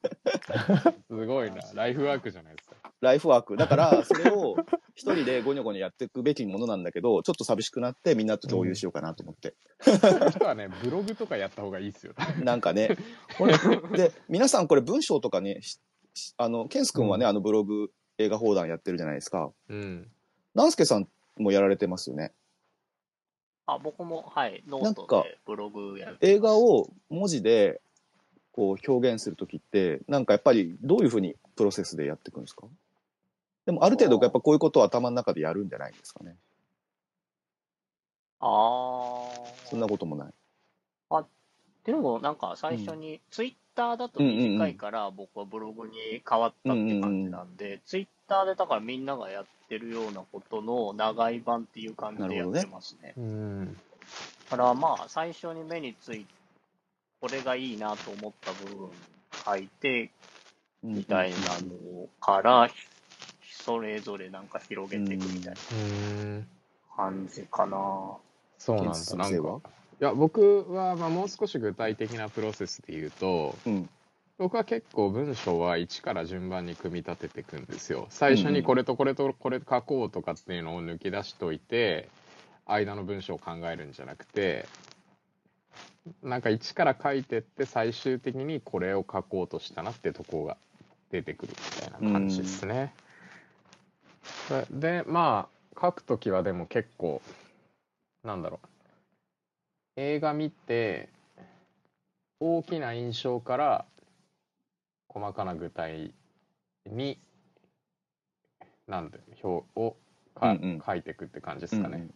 [SPEAKER 4] すごいなライフワークじゃないですか
[SPEAKER 1] ライフワークだからそれを一人でゴニョゴニョやっていくべきものなんだけどちょっと寂しくなってみんなと共有しようかなと思って、
[SPEAKER 4] そういう人はねブログとかやった方がいいですよ
[SPEAKER 1] なんかね
[SPEAKER 2] これ
[SPEAKER 1] で皆さんこれ文章とかねししあのケンス君はね、あのブログ映画放談やってるじゃないですか
[SPEAKER 4] うん
[SPEAKER 1] 南助さんもやられてますよね
[SPEAKER 3] あ、僕も、はい、ノ
[SPEAKER 1] な
[SPEAKER 3] ー
[SPEAKER 1] ん
[SPEAKER 3] ト
[SPEAKER 1] か
[SPEAKER 3] でブログやる。
[SPEAKER 1] 映画を文字でこう表現するときって、なんかやっぱりどういうふうにプロセスでやっていくんですかでもある程度やっぱこういうことを頭の中でやるんじゃないですかね。
[SPEAKER 3] あー。
[SPEAKER 1] そんなこともない。
[SPEAKER 3] でもなんか最初に、ツイッターだと短いから僕はブログに変わったって感じなんで、ツイッターでだからみんながやってるようなことの長い版っていう感じでやってますね。
[SPEAKER 4] うん
[SPEAKER 3] だからまあ最初に目についこれがいいなと思った部分書いてみたいなのから、それぞれなんか広げていくみたいな
[SPEAKER 4] うん
[SPEAKER 3] 感じかな。
[SPEAKER 4] そうなん
[SPEAKER 1] ケン
[SPEAKER 4] だ
[SPEAKER 1] ス先
[SPEAKER 4] なん
[SPEAKER 1] 生
[SPEAKER 4] か
[SPEAKER 1] はい
[SPEAKER 4] や僕は、まあ、もう少し具体的なプロセスで言うと
[SPEAKER 1] うん。
[SPEAKER 4] 僕は結構文章は1から順番に組み立てていくんですよ最初にこれとこれとこれ書こうとかっていうのを抜き出しといて間の文章を考えるんじゃなくてなんか1から書いてって最終的にこれを書こうとしたなってとこが出てくるみたいな感じですね、でまあ書くときはでも結構なんだろう映画見て大きな印象から細かな具体になんだよ表をか、
[SPEAKER 1] うんうん
[SPEAKER 4] 書いていくって感じで
[SPEAKER 1] う
[SPEAKER 4] す
[SPEAKER 1] ん
[SPEAKER 4] かね、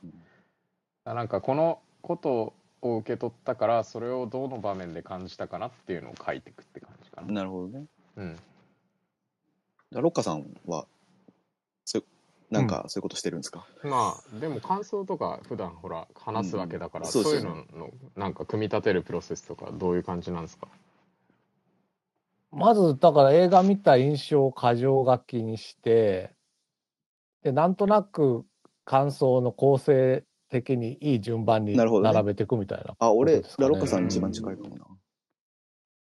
[SPEAKER 4] なんかこのことを受け取ったからそれをどの場面で感じたかなっていうのを書いていくって感じかな、
[SPEAKER 1] なるほどね。
[SPEAKER 4] うん、
[SPEAKER 1] ロッカさんは、そうなんかそういうことしてるんですか、
[SPEAKER 4] まあでも感想とか普段ほら話すわけだから、
[SPEAKER 1] うん
[SPEAKER 4] そ
[SPEAKER 1] そうう
[SPEAKER 4] い
[SPEAKER 1] です
[SPEAKER 4] う
[SPEAKER 1] よ
[SPEAKER 4] の
[SPEAKER 1] ね
[SPEAKER 4] のなんか組み立てるプロセスとかどういう感じなんですか
[SPEAKER 2] まずだから映画見た印象を過剰書きにしてでなんとなく感想の構成的にいい順番に
[SPEAKER 1] なるほどね
[SPEAKER 2] 並べていくみたいな
[SPEAKER 1] あ、
[SPEAKER 2] そ
[SPEAKER 1] 俺
[SPEAKER 2] うです、かね
[SPEAKER 1] ラロッカさん一番近いかもな。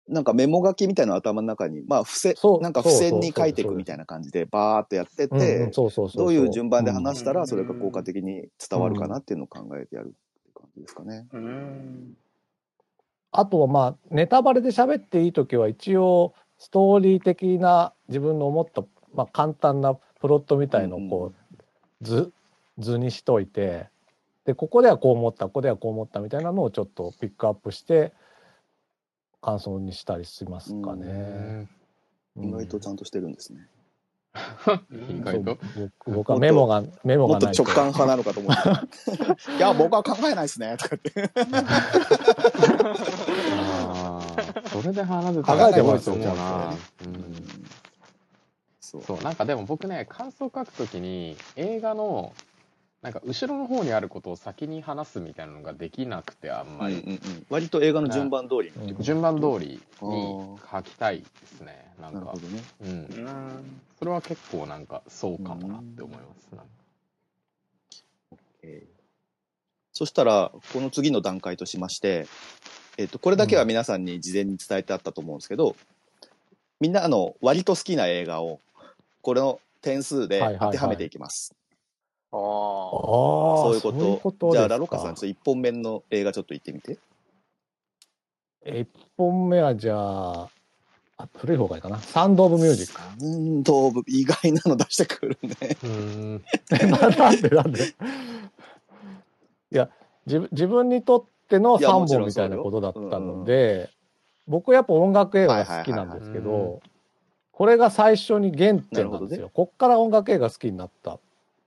[SPEAKER 1] なんかメモ書きみたいなの頭の中に、まあ、付箋
[SPEAKER 2] そう、
[SPEAKER 1] なんか
[SPEAKER 2] そ
[SPEAKER 1] 付
[SPEAKER 2] うそ
[SPEAKER 1] 箋
[SPEAKER 2] う
[SPEAKER 1] に書いてい
[SPEAKER 2] そう
[SPEAKER 1] く
[SPEAKER 2] です
[SPEAKER 1] みたいな感じで、バーっとやってって、
[SPEAKER 2] うんうんそうそうそうそ
[SPEAKER 1] どういう順番で話
[SPEAKER 2] す、
[SPEAKER 1] した
[SPEAKER 3] う
[SPEAKER 1] ら
[SPEAKER 3] ん
[SPEAKER 1] それが効果的に伝わるかなっていうのを考えてやるって感じですかね。
[SPEAKER 3] うん。
[SPEAKER 2] あとはまあネタバレで喋っていい時は一応ストーリー的な自分の思った、まあ、簡単なプロットみたいのをこう、図図にしといてでここではこう思ったここではこう思ったみたいなのをちょっとピックアップして感想にしたりしますかね。
[SPEAKER 1] 意外とちゃんとしてるんですね。
[SPEAKER 4] 意外と
[SPEAKER 2] そう僕僕はメモがメモ
[SPEAKER 1] も
[SPEAKER 2] が
[SPEAKER 1] っと
[SPEAKER 2] ないと
[SPEAKER 1] 直感派なのかと思
[SPEAKER 2] (laughs)
[SPEAKER 1] って。いや、僕は考えないですね、とかって。
[SPEAKER 4] あーそれで話せ
[SPEAKER 2] 考えて
[SPEAKER 4] すご
[SPEAKER 2] ま
[SPEAKER 4] い
[SPEAKER 2] す
[SPEAKER 4] と
[SPEAKER 2] よ
[SPEAKER 4] 思うな
[SPEAKER 1] ち、
[SPEAKER 4] うん
[SPEAKER 1] そう。
[SPEAKER 4] そうなんかでも僕ね感想書くときに映画のなんか後ろの方にあることを先に話すみたいなのができなくてあん
[SPEAKER 1] うん
[SPEAKER 4] ま
[SPEAKER 1] うん
[SPEAKER 4] り、
[SPEAKER 1] うん割と映画の順番通りに。
[SPEAKER 2] うん
[SPEAKER 4] 順番通りに書きたいですねなん
[SPEAKER 1] なる
[SPEAKER 4] か
[SPEAKER 1] ほどね。
[SPEAKER 4] うん
[SPEAKER 3] うん。
[SPEAKER 4] それは結構なんかそうかもなって思いますなんか
[SPEAKER 1] えーそしたら、この次の段階としまして、えっ、と、これだけは皆さんに事前に伝えてあったと思うんですけど、みんな、あの、割と好きな映画を、これの点数で
[SPEAKER 2] はいはいはい
[SPEAKER 1] 当てはめていきます。
[SPEAKER 3] ああ。
[SPEAKER 2] そう
[SPEAKER 1] そういうこと。じゃあ、ラロッカさん、ちょっと一本目の映画ちょっと言ってみて。
[SPEAKER 2] 1本目はじゃああ古い方がいいかな「サウンド・オブ・ミュージック
[SPEAKER 1] うん、どうぶ意外なの出してくる (laughs) ね。
[SPEAKER 4] うーん」
[SPEAKER 2] (laughs) なんでなんでいや自分自分にとっての
[SPEAKER 1] いや
[SPEAKER 2] 3
[SPEAKER 1] もちろ
[SPEAKER 2] 本
[SPEAKER 1] ん
[SPEAKER 2] み
[SPEAKER 1] そうよ
[SPEAKER 2] たいなことだったので僕やっぱ音楽映画が好きなんですけ
[SPEAKER 4] はいはいはいは
[SPEAKER 2] どこれが最初に原
[SPEAKER 1] なる
[SPEAKER 2] 点
[SPEAKER 1] ほ
[SPEAKER 2] な
[SPEAKER 1] ど
[SPEAKER 2] んです
[SPEAKER 1] ね
[SPEAKER 2] よ。こっから音楽映画好きになった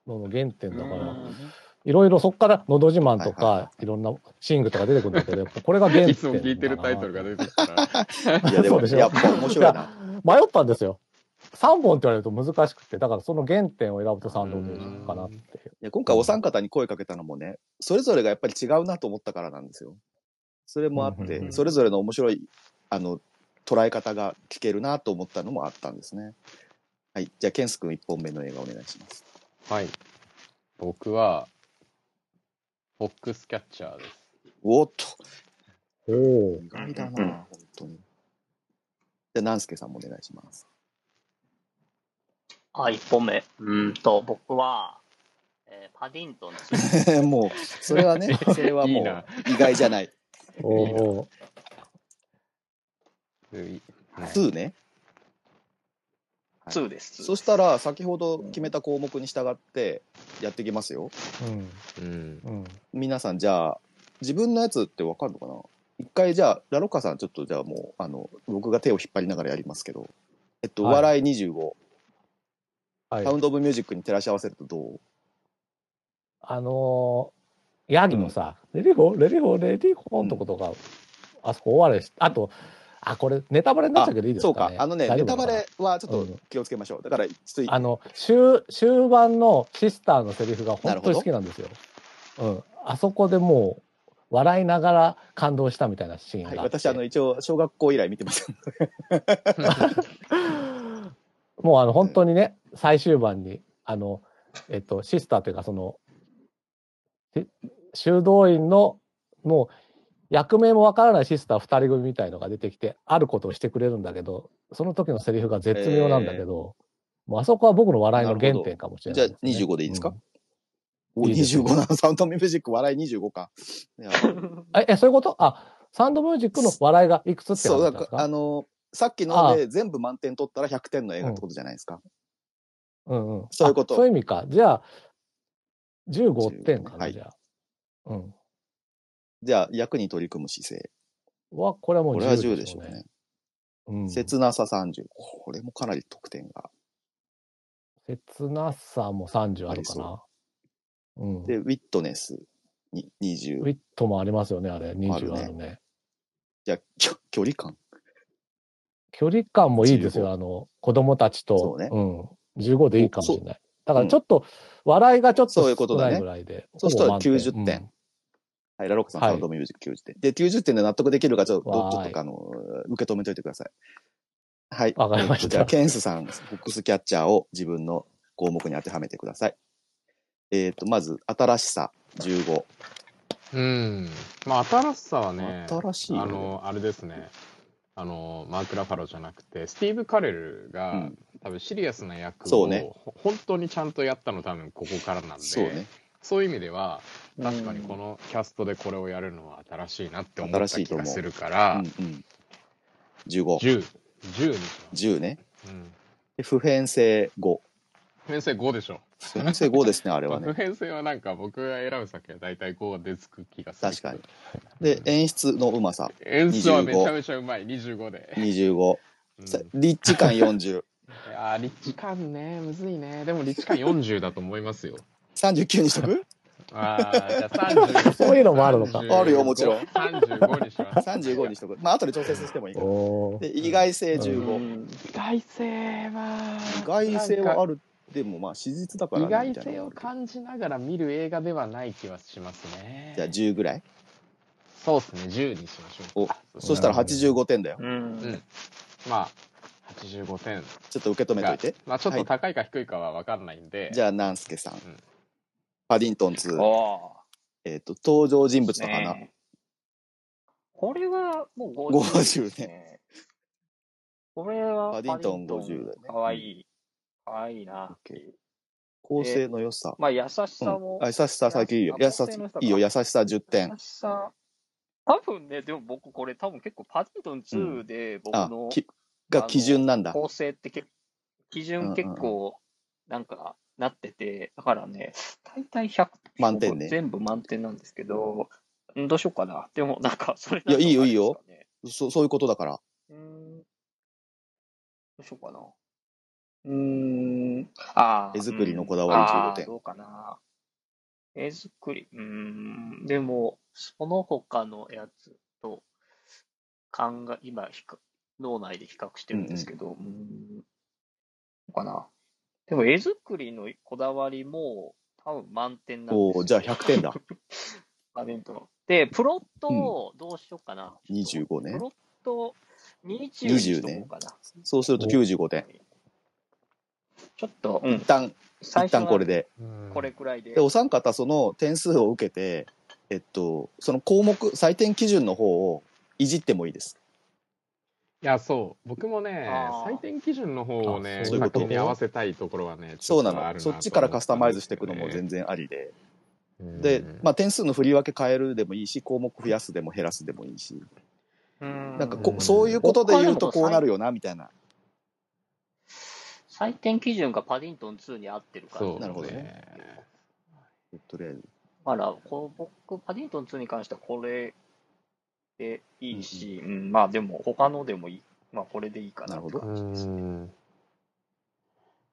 [SPEAKER 2] のの原点だから
[SPEAKER 3] うん
[SPEAKER 2] いろいろそっから「のど自慢」と
[SPEAKER 1] はいはい
[SPEAKER 2] かいろんなシングとか出てくるんだけどやっぱこれが原点
[SPEAKER 4] いつも聞いてるタイトルが出てきたら
[SPEAKER 1] いや、でも、
[SPEAKER 2] そうでしょ
[SPEAKER 1] やっぱ面白いな。
[SPEAKER 2] 迷ったんですよ。3本って言われると難しくて、だからその原点を選ぶとサンドウェブかなっていう。
[SPEAKER 1] いや今回お三方に声かけたのもね、それぞれがやっぱり違うなと思ったからなんですよ。それもあっ
[SPEAKER 2] うんうん
[SPEAKER 3] う
[SPEAKER 1] て、
[SPEAKER 3] ん
[SPEAKER 1] それぞれの面白い、あの、捉え方が聞けるなと思ったのもあったんですね。はい。じゃあ、ケンス君一本目の映画お願いします。
[SPEAKER 4] はい僕はフォックスキャッチャーです
[SPEAKER 1] おっと
[SPEAKER 2] お
[SPEAKER 1] 意外だな、
[SPEAKER 3] うん
[SPEAKER 1] 本当に。じゃあ、南助さんもお願いします。 (laughs)
[SPEAKER 3] あ、一本目。うんと、僕は、えーパディントンですね。
[SPEAKER 1] もう、それは
[SPEAKER 2] (laughs)
[SPEAKER 1] ね、それはも
[SPEAKER 4] いいな
[SPEAKER 1] う、意外じゃない。
[SPEAKER 2] お
[SPEAKER 4] ういね
[SPEAKER 1] 2ね。
[SPEAKER 3] 2です。
[SPEAKER 1] そしたら、先ほど決めた項目に従ってやっていきますよ。
[SPEAKER 2] うん。
[SPEAKER 4] うん
[SPEAKER 2] うん。
[SPEAKER 1] 皆さんじゃあ自分のやつってわかるのかな一回じゃあラロッカさんちょっとじゃあもうあの僕が手を引っ張りながらやりますけどえっと「
[SPEAKER 2] はい
[SPEAKER 1] 笑い25」
[SPEAKER 2] はい
[SPEAKER 1] サウ。ンド・オブ・ミュージック」に照らし合わせるとどう
[SPEAKER 2] あのー、ヤギのさ、レディホレディホレディホのとことが、あそこ終わりし、あと、あ、これネタバレになっちゃうけどいいですか
[SPEAKER 1] そ
[SPEAKER 2] ね
[SPEAKER 1] うかあのね
[SPEAKER 2] 大丈
[SPEAKER 1] ネ
[SPEAKER 2] 夫か
[SPEAKER 1] タ
[SPEAKER 2] な
[SPEAKER 1] バレはちょっ
[SPEAKER 2] う
[SPEAKER 1] と
[SPEAKER 2] ん
[SPEAKER 1] 気をつけましょうだからつい
[SPEAKER 2] あの終終盤のシスターのセリフが本当に好きなんですよ。うん、あそこでもう笑いながら感動したみたいなシーンが
[SPEAKER 1] は
[SPEAKER 2] あっ
[SPEAKER 1] い、
[SPEAKER 2] て、
[SPEAKER 1] 私あの一応小学校以来見てます
[SPEAKER 2] もうあの本当にね、最終盤にあの、えっと、シスターというかそのし修道院のもう役名もわからないシスター2人組みたいのが出てきてあることをしてくれるんだけどその時のセリフが絶妙なんだけど、もうあそこは僕の笑いの原点かもしれ
[SPEAKER 1] じ
[SPEAKER 2] な
[SPEAKER 1] ゃあ
[SPEAKER 2] いですね、
[SPEAKER 1] 25でいいですか、
[SPEAKER 2] うん
[SPEAKER 1] お
[SPEAKER 2] いいですね
[SPEAKER 1] 25なのサウンド・オブ・ミュージック笑い25かいや
[SPEAKER 2] ええそういうことあサウンドミュージックの笑いがいくつって
[SPEAKER 1] そうだ
[SPEAKER 2] 話なん
[SPEAKER 1] か
[SPEAKER 2] です
[SPEAKER 1] らあ
[SPEAKER 2] か
[SPEAKER 1] のさっきので全部満点取ったら100点の映画ってことじゃないですか、
[SPEAKER 2] うんうん、
[SPEAKER 1] そういうこと
[SPEAKER 2] あそういう意味かじゃあ15点かな、
[SPEAKER 1] はい
[SPEAKER 2] じゃあ。うん
[SPEAKER 1] じゃあ役に取り組む姿勢
[SPEAKER 2] はこれはもう
[SPEAKER 1] これは10で
[SPEAKER 2] 10で
[SPEAKER 1] し
[SPEAKER 2] し
[SPEAKER 1] ょ
[SPEAKER 2] ょ
[SPEAKER 1] う
[SPEAKER 2] う
[SPEAKER 1] ね
[SPEAKER 2] ね。うん切
[SPEAKER 1] 切なさ30。これもかなり得点が。
[SPEAKER 2] なさも30あるか
[SPEAKER 1] あ
[SPEAKER 2] な。うん、
[SPEAKER 1] で、
[SPEAKER 2] ウ
[SPEAKER 1] ウィットネスに20。
[SPEAKER 2] ィットもありますよねあれ20
[SPEAKER 1] あ
[SPEAKER 2] あ
[SPEAKER 1] る
[SPEAKER 2] る
[SPEAKER 1] ね
[SPEAKER 2] ね
[SPEAKER 1] じゃあ、きょ距離感。
[SPEAKER 2] 距離感もいいです
[SPEAKER 1] 15
[SPEAKER 2] よあの子供たち
[SPEAKER 1] そ
[SPEAKER 2] と
[SPEAKER 1] うね
[SPEAKER 2] ん、15でいいかもしれないだからちょっと、笑いがちょっ
[SPEAKER 1] そういう
[SPEAKER 2] と
[SPEAKER 1] こと
[SPEAKER 2] 少
[SPEAKER 1] だ
[SPEAKER 2] な
[SPEAKER 1] ね
[SPEAKER 2] いぐらいで
[SPEAKER 1] そしたら
[SPEAKER 2] ほぼ満点
[SPEAKER 1] 90点はい、ラロックさん、
[SPEAKER 2] はい
[SPEAKER 1] サウンドミュージック90点。で、90点で納得できるか、ちょっと、
[SPEAKER 2] わー
[SPEAKER 1] ち
[SPEAKER 2] い
[SPEAKER 1] ょっとあの、受け止めといてください。はい。
[SPEAKER 2] わかりました
[SPEAKER 1] えっとじゃあ、ケンスさん、フォックスキャッチャーを自分の項目に当てはめてください。えっ、と、まず、新しさ15。
[SPEAKER 4] うんまあ新しさはね
[SPEAKER 1] 新しいよ
[SPEAKER 4] あ
[SPEAKER 1] ね
[SPEAKER 4] のあれですねあのマーク・ラファロじゃなくてスティーブ・カレルが、
[SPEAKER 1] うん
[SPEAKER 4] 多分シリアスな役
[SPEAKER 1] そ
[SPEAKER 4] を、
[SPEAKER 1] うね
[SPEAKER 4] ほ本当にちゃんとやったの多分ここからなんで
[SPEAKER 1] そうね。
[SPEAKER 4] そういう意味では確かにこ
[SPEAKER 3] の。
[SPEAKER 4] のキャストでこれをやるのは新しいなって思った
[SPEAKER 1] 新しいと
[SPEAKER 4] 気
[SPEAKER 1] 思う
[SPEAKER 4] がするか
[SPEAKER 1] うん
[SPEAKER 4] ら、
[SPEAKER 1] うん。15。
[SPEAKER 4] 1010にします、
[SPEAKER 1] 10ね。
[SPEAKER 4] うん
[SPEAKER 1] で、普遍性5。
[SPEAKER 4] 編成5でしょ。
[SPEAKER 1] 先生5ですね、あれは
[SPEAKER 4] 特
[SPEAKER 1] ね。
[SPEAKER 4] 編成はなんか僕が選ぶ先は大体5でつく気がする。
[SPEAKER 1] 確かに。。で、演出 (laughs) のうまさ、
[SPEAKER 4] 演出はめちゃめちゃうまい。25で。
[SPEAKER 1] 25。
[SPEAKER 4] う
[SPEAKER 1] さ
[SPEAKER 4] ん、
[SPEAKER 1] リッチ感40。
[SPEAKER 4] いやー、立地感ね、むずいね。でも立地感40だと思いますよ。
[SPEAKER 1] 39にしとく
[SPEAKER 4] ああ、じゃあ30。
[SPEAKER 2] そういうのもあるのか
[SPEAKER 4] 35
[SPEAKER 1] あるよもちろん
[SPEAKER 4] 35にします。
[SPEAKER 1] ?35 にしとく。まあ、後で調節してもいいから。
[SPEAKER 2] (laughs) おー
[SPEAKER 1] で、意外性
[SPEAKER 3] う
[SPEAKER 1] 15。
[SPEAKER 3] ん
[SPEAKER 4] 意外性は
[SPEAKER 1] 意外性は
[SPEAKER 4] なん
[SPEAKER 1] あ
[SPEAKER 4] か
[SPEAKER 1] る。でも、まあ、史実だから
[SPEAKER 4] 意
[SPEAKER 1] ねみ
[SPEAKER 4] 外
[SPEAKER 1] たい
[SPEAKER 4] 性
[SPEAKER 1] な
[SPEAKER 4] を
[SPEAKER 1] のがある
[SPEAKER 4] 感じながら見る映画ではない気はしますね
[SPEAKER 1] けど。じゃあ10ぐらい
[SPEAKER 4] そうですね10にしましょうか
[SPEAKER 2] お
[SPEAKER 1] そしたら85点だよ。
[SPEAKER 3] うん
[SPEAKER 4] まあ85点
[SPEAKER 1] ちょっと受け止めといて。
[SPEAKER 4] まあちょっ
[SPEAKER 1] は
[SPEAKER 4] と
[SPEAKER 1] い
[SPEAKER 4] 高いか低いかは分かんないんで、
[SPEAKER 1] じゃあ、南助さん
[SPEAKER 4] ん。
[SPEAKER 1] パディントン2。
[SPEAKER 3] ああ。
[SPEAKER 1] えっと、登場人物の花。
[SPEAKER 3] ねこれはもう
[SPEAKER 1] 50
[SPEAKER 3] 50
[SPEAKER 1] ね
[SPEAKER 3] ね。 (laughs) これは
[SPEAKER 1] パディントン50だね
[SPEAKER 3] かわいい。かわいいな。
[SPEAKER 1] 構成の良さ。
[SPEAKER 3] まあ、優し
[SPEAKER 1] う
[SPEAKER 3] さも
[SPEAKER 1] ん、あ優しさ、最近いいよ。優しさ、いいよ、優しさ10点
[SPEAKER 3] 優。しさ。多分ね、でも僕これ多分結構パディントン2で僕
[SPEAKER 1] あ
[SPEAKER 3] の、、
[SPEAKER 1] きが基準なんだ。
[SPEAKER 3] 構成って結基準結構なんかなってて、だからね、大体100
[SPEAKER 1] 満点ね
[SPEAKER 3] 全部満点なんですけど、うんどうしようかな。でもなんかそれ
[SPEAKER 1] いやいいよいいよ
[SPEAKER 3] なんかあれです
[SPEAKER 1] そそういうことだから。
[SPEAKER 3] かね。うんどうしようかな。うーん。ああ。
[SPEAKER 1] 絵作りのこだわり15点
[SPEAKER 3] うんあーどうかな。絵作り。うーん。でも、その他のやつと考え、今比較、脳内で比較してるんですけど、うーんどうかな。でも、絵作りのこだわりも、多分満点なんです
[SPEAKER 1] おおじゃあ100点
[SPEAKER 3] (laughs)
[SPEAKER 1] だ。
[SPEAKER 3] 画面との。で、プロットをどうしようかな。
[SPEAKER 1] 25ね
[SPEAKER 3] プロット20にしとこうかな。
[SPEAKER 1] そうすると95点。
[SPEAKER 3] ちょっと、うん
[SPEAKER 1] 一、旦、
[SPEAKER 3] 最
[SPEAKER 1] 一
[SPEAKER 3] 初
[SPEAKER 1] 旦
[SPEAKER 3] は
[SPEAKER 1] これで。
[SPEAKER 4] うん
[SPEAKER 3] これくらいで。
[SPEAKER 1] で、お三方その点数を受けて、えっと、その項目、採点基準の方をいじってもいいです。
[SPEAKER 4] いやそう僕もね
[SPEAKER 3] あー
[SPEAKER 4] 採点基準の方をね
[SPEAKER 2] あ
[SPEAKER 1] そういうこと
[SPEAKER 4] 先に合わせたいところはねち
[SPEAKER 1] そ
[SPEAKER 4] ょ
[SPEAKER 1] う
[SPEAKER 4] っと
[SPEAKER 1] な
[SPEAKER 4] あ
[SPEAKER 1] の。
[SPEAKER 4] る
[SPEAKER 1] そっちからカスタマイズしていくのも
[SPEAKER 4] 然
[SPEAKER 1] 全然ありで。で
[SPEAKER 4] で、
[SPEAKER 1] まあ点数の振り分け変えるでもいいし、項目増やすでも減らすでもいいし、
[SPEAKER 3] うん
[SPEAKER 1] なんか
[SPEAKER 4] う
[SPEAKER 1] こ
[SPEAKER 4] ん
[SPEAKER 1] そういうことで言うと
[SPEAKER 3] 僕
[SPEAKER 1] こ
[SPEAKER 3] は
[SPEAKER 1] う
[SPEAKER 3] でも
[SPEAKER 1] なるよな、みたいな。
[SPEAKER 3] 採点基準がパディントン2に合ってるから、
[SPEAKER 4] そう
[SPEAKER 1] なるほどね
[SPEAKER 4] ね
[SPEAKER 1] とりあえず。
[SPEAKER 3] あら、こう僕、パディントン2に関してはこれでいいし、うんまあでも、他のでもいい。まあ、これでいいか
[SPEAKER 1] な
[SPEAKER 3] な
[SPEAKER 1] るほ
[SPEAKER 3] っ
[SPEAKER 1] ど
[SPEAKER 3] て
[SPEAKER 4] う
[SPEAKER 3] 感じですね。
[SPEAKER 4] ん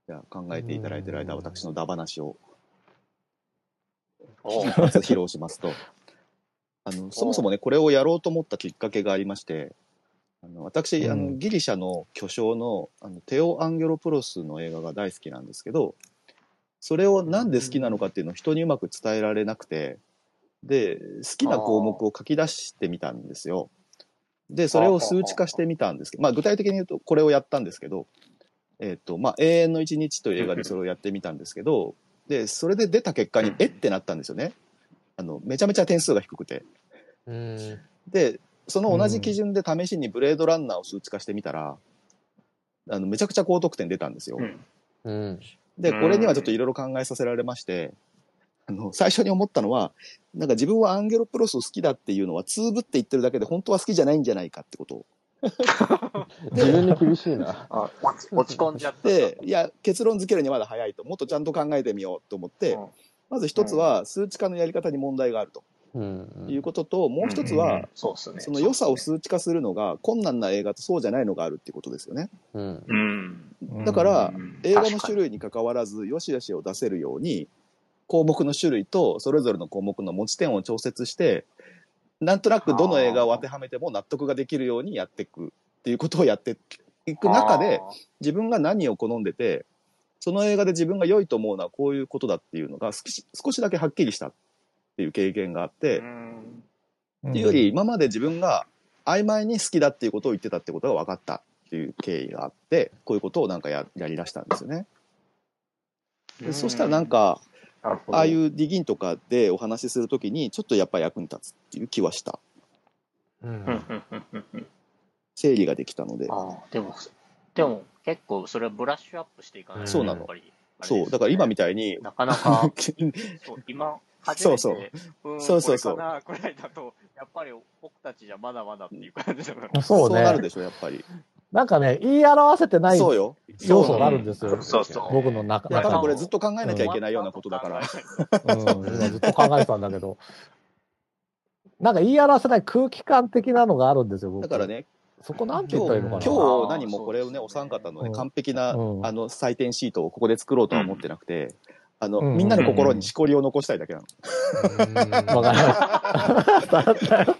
[SPEAKER 1] じゃあ考えていただいてる間、
[SPEAKER 4] うん
[SPEAKER 1] 私のダバなしを
[SPEAKER 3] おう
[SPEAKER 1] まず披露しますと、あ
[SPEAKER 4] (laughs)
[SPEAKER 1] のそもそもね、これをやろうと思ったきっかけがありまして、あの私、
[SPEAKER 4] うん
[SPEAKER 1] あの、ギリシャの巨匠のあのテオ・アンゲロプロスの映画が大好きなんですけど、それをなんで好きなのかっていうのを人にうまく伝えられなくて、で、好きな項目を書き出してみたんですよ。で、それを数値化してみたんですけど、まあ具体的に言うとこれをやったんですけど、えっ、と、まあ永遠の一日という映画でそれをやってみたんですけ
[SPEAKER 3] (laughs)
[SPEAKER 1] ど、で、それで出た結果に、えってなったんですよね。あの、めちゃめちゃ点数が低くて。
[SPEAKER 4] うん
[SPEAKER 1] で、その同じ基準で試しにブレードランナーを数値化してみたら、あの、めちゃくちゃ高得点出たんですよ。
[SPEAKER 3] うん
[SPEAKER 4] うん
[SPEAKER 1] で、
[SPEAKER 3] うん
[SPEAKER 1] これにはちょっといろいろ考えさせられまして、あの、最初に思ったのは、なんか自分はアンゲロプロス好きだっていうのは、ツーブって言ってるだけで本当は好きじゃないんじゃないかってこと。
[SPEAKER 4] 自分に厳しいな
[SPEAKER 3] あ落ち落ち込んじゃった。 (laughs)
[SPEAKER 1] で、いや、結論付けるにはまだ早いと、もっとちゃんと考えてみようと思って、
[SPEAKER 3] うん
[SPEAKER 1] まず一つは数値化のやり方に問題があると
[SPEAKER 4] うん
[SPEAKER 1] いうことと、もう一つ
[SPEAKER 3] ん
[SPEAKER 1] は
[SPEAKER 3] ん、そうっすね。
[SPEAKER 1] その良さを
[SPEAKER 3] そうっす
[SPEAKER 1] 数値化するのが困難な映画とそうじゃないのがあるってことですよね。
[SPEAKER 4] うん
[SPEAKER 3] ねうん。
[SPEAKER 1] だから
[SPEAKER 3] うん
[SPEAKER 1] 映画の種類に関わらず、良し悪しを出せるように、項目の種類とそれぞれの項目の持ち点を調節して、なんとなくどの映画を当てはめても納得ができるようにやっていくっていうことをやっていく中で、自分が何を好んでて、その映画で自分が良いと思うのはこういうことだっていうのが少し少しだけはっきりしたっていう経験があって、
[SPEAKER 3] あーうん
[SPEAKER 1] っていうより、今まで自分が曖昧に好きだっていうことを言ってたってことが分かったっていう経緯があって、こういうことをなんかややり出したんですよね。でそしたらなん、か、
[SPEAKER 3] なるほど
[SPEAKER 1] ああいうディギンとかでお話しするときに、ちょっとやっぱ役に立つっていう気はした。
[SPEAKER 4] う
[SPEAKER 3] うん
[SPEAKER 4] ん
[SPEAKER 3] うんうんうんうん
[SPEAKER 1] 整理ができたので。
[SPEAKER 3] ああ、でも、でも結構それはブラッシュアップしていかないと
[SPEAKER 4] そうな
[SPEAKER 1] の
[SPEAKER 3] やっぱりあれですね
[SPEAKER 1] そう、だから今みたいに、
[SPEAKER 3] なか
[SPEAKER 1] (laughs)
[SPEAKER 3] なか、そう今、初めて、
[SPEAKER 1] そう
[SPEAKER 3] うん
[SPEAKER 1] そうそうそう
[SPEAKER 3] これかなくらいだと、やっぱり僕たちじゃまだまだっていう感じだから。
[SPEAKER 2] そう
[SPEAKER 1] なる
[SPEAKER 2] ね。
[SPEAKER 1] でしょ、やっぱり。
[SPEAKER 2] なんかね、言い表せてない
[SPEAKER 1] そう
[SPEAKER 2] 要
[SPEAKER 1] よ。
[SPEAKER 2] 素があるんですよ。
[SPEAKER 3] そうそう
[SPEAKER 2] 僕の中
[SPEAKER 1] いや、
[SPEAKER 2] 中
[SPEAKER 1] 多
[SPEAKER 2] に
[SPEAKER 1] 分これずっと考えなきゃいけないようなことだから。
[SPEAKER 2] うん、今ずっと考えてたんだけど。 (laughs) なんか言い表せない空気感的なのがあるんですよ、僕。
[SPEAKER 1] だから。ね、
[SPEAKER 2] そこなんて
[SPEAKER 1] 今
[SPEAKER 2] 言っ
[SPEAKER 1] 日
[SPEAKER 2] たらいいのか
[SPEAKER 1] 今
[SPEAKER 2] な。
[SPEAKER 1] 日何もこれをね、
[SPEAKER 3] あー
[SPEAKER 1] お三方の
[SPEAKER 2] う
[SPEAKER 1] ね、
[SPEAKER 2] ん
[SPEAKER 1] 完璧な、あ
[SPEAKER 2] うん
[SPEAKER 1] の、採点シートをここで作ろうとは思ってなくて、あの、
[SPEAKER 2] うん
[SPEAKER 1] みんなの心にしこりを残したいだけなの。
[SPEAKER 2] わかりました。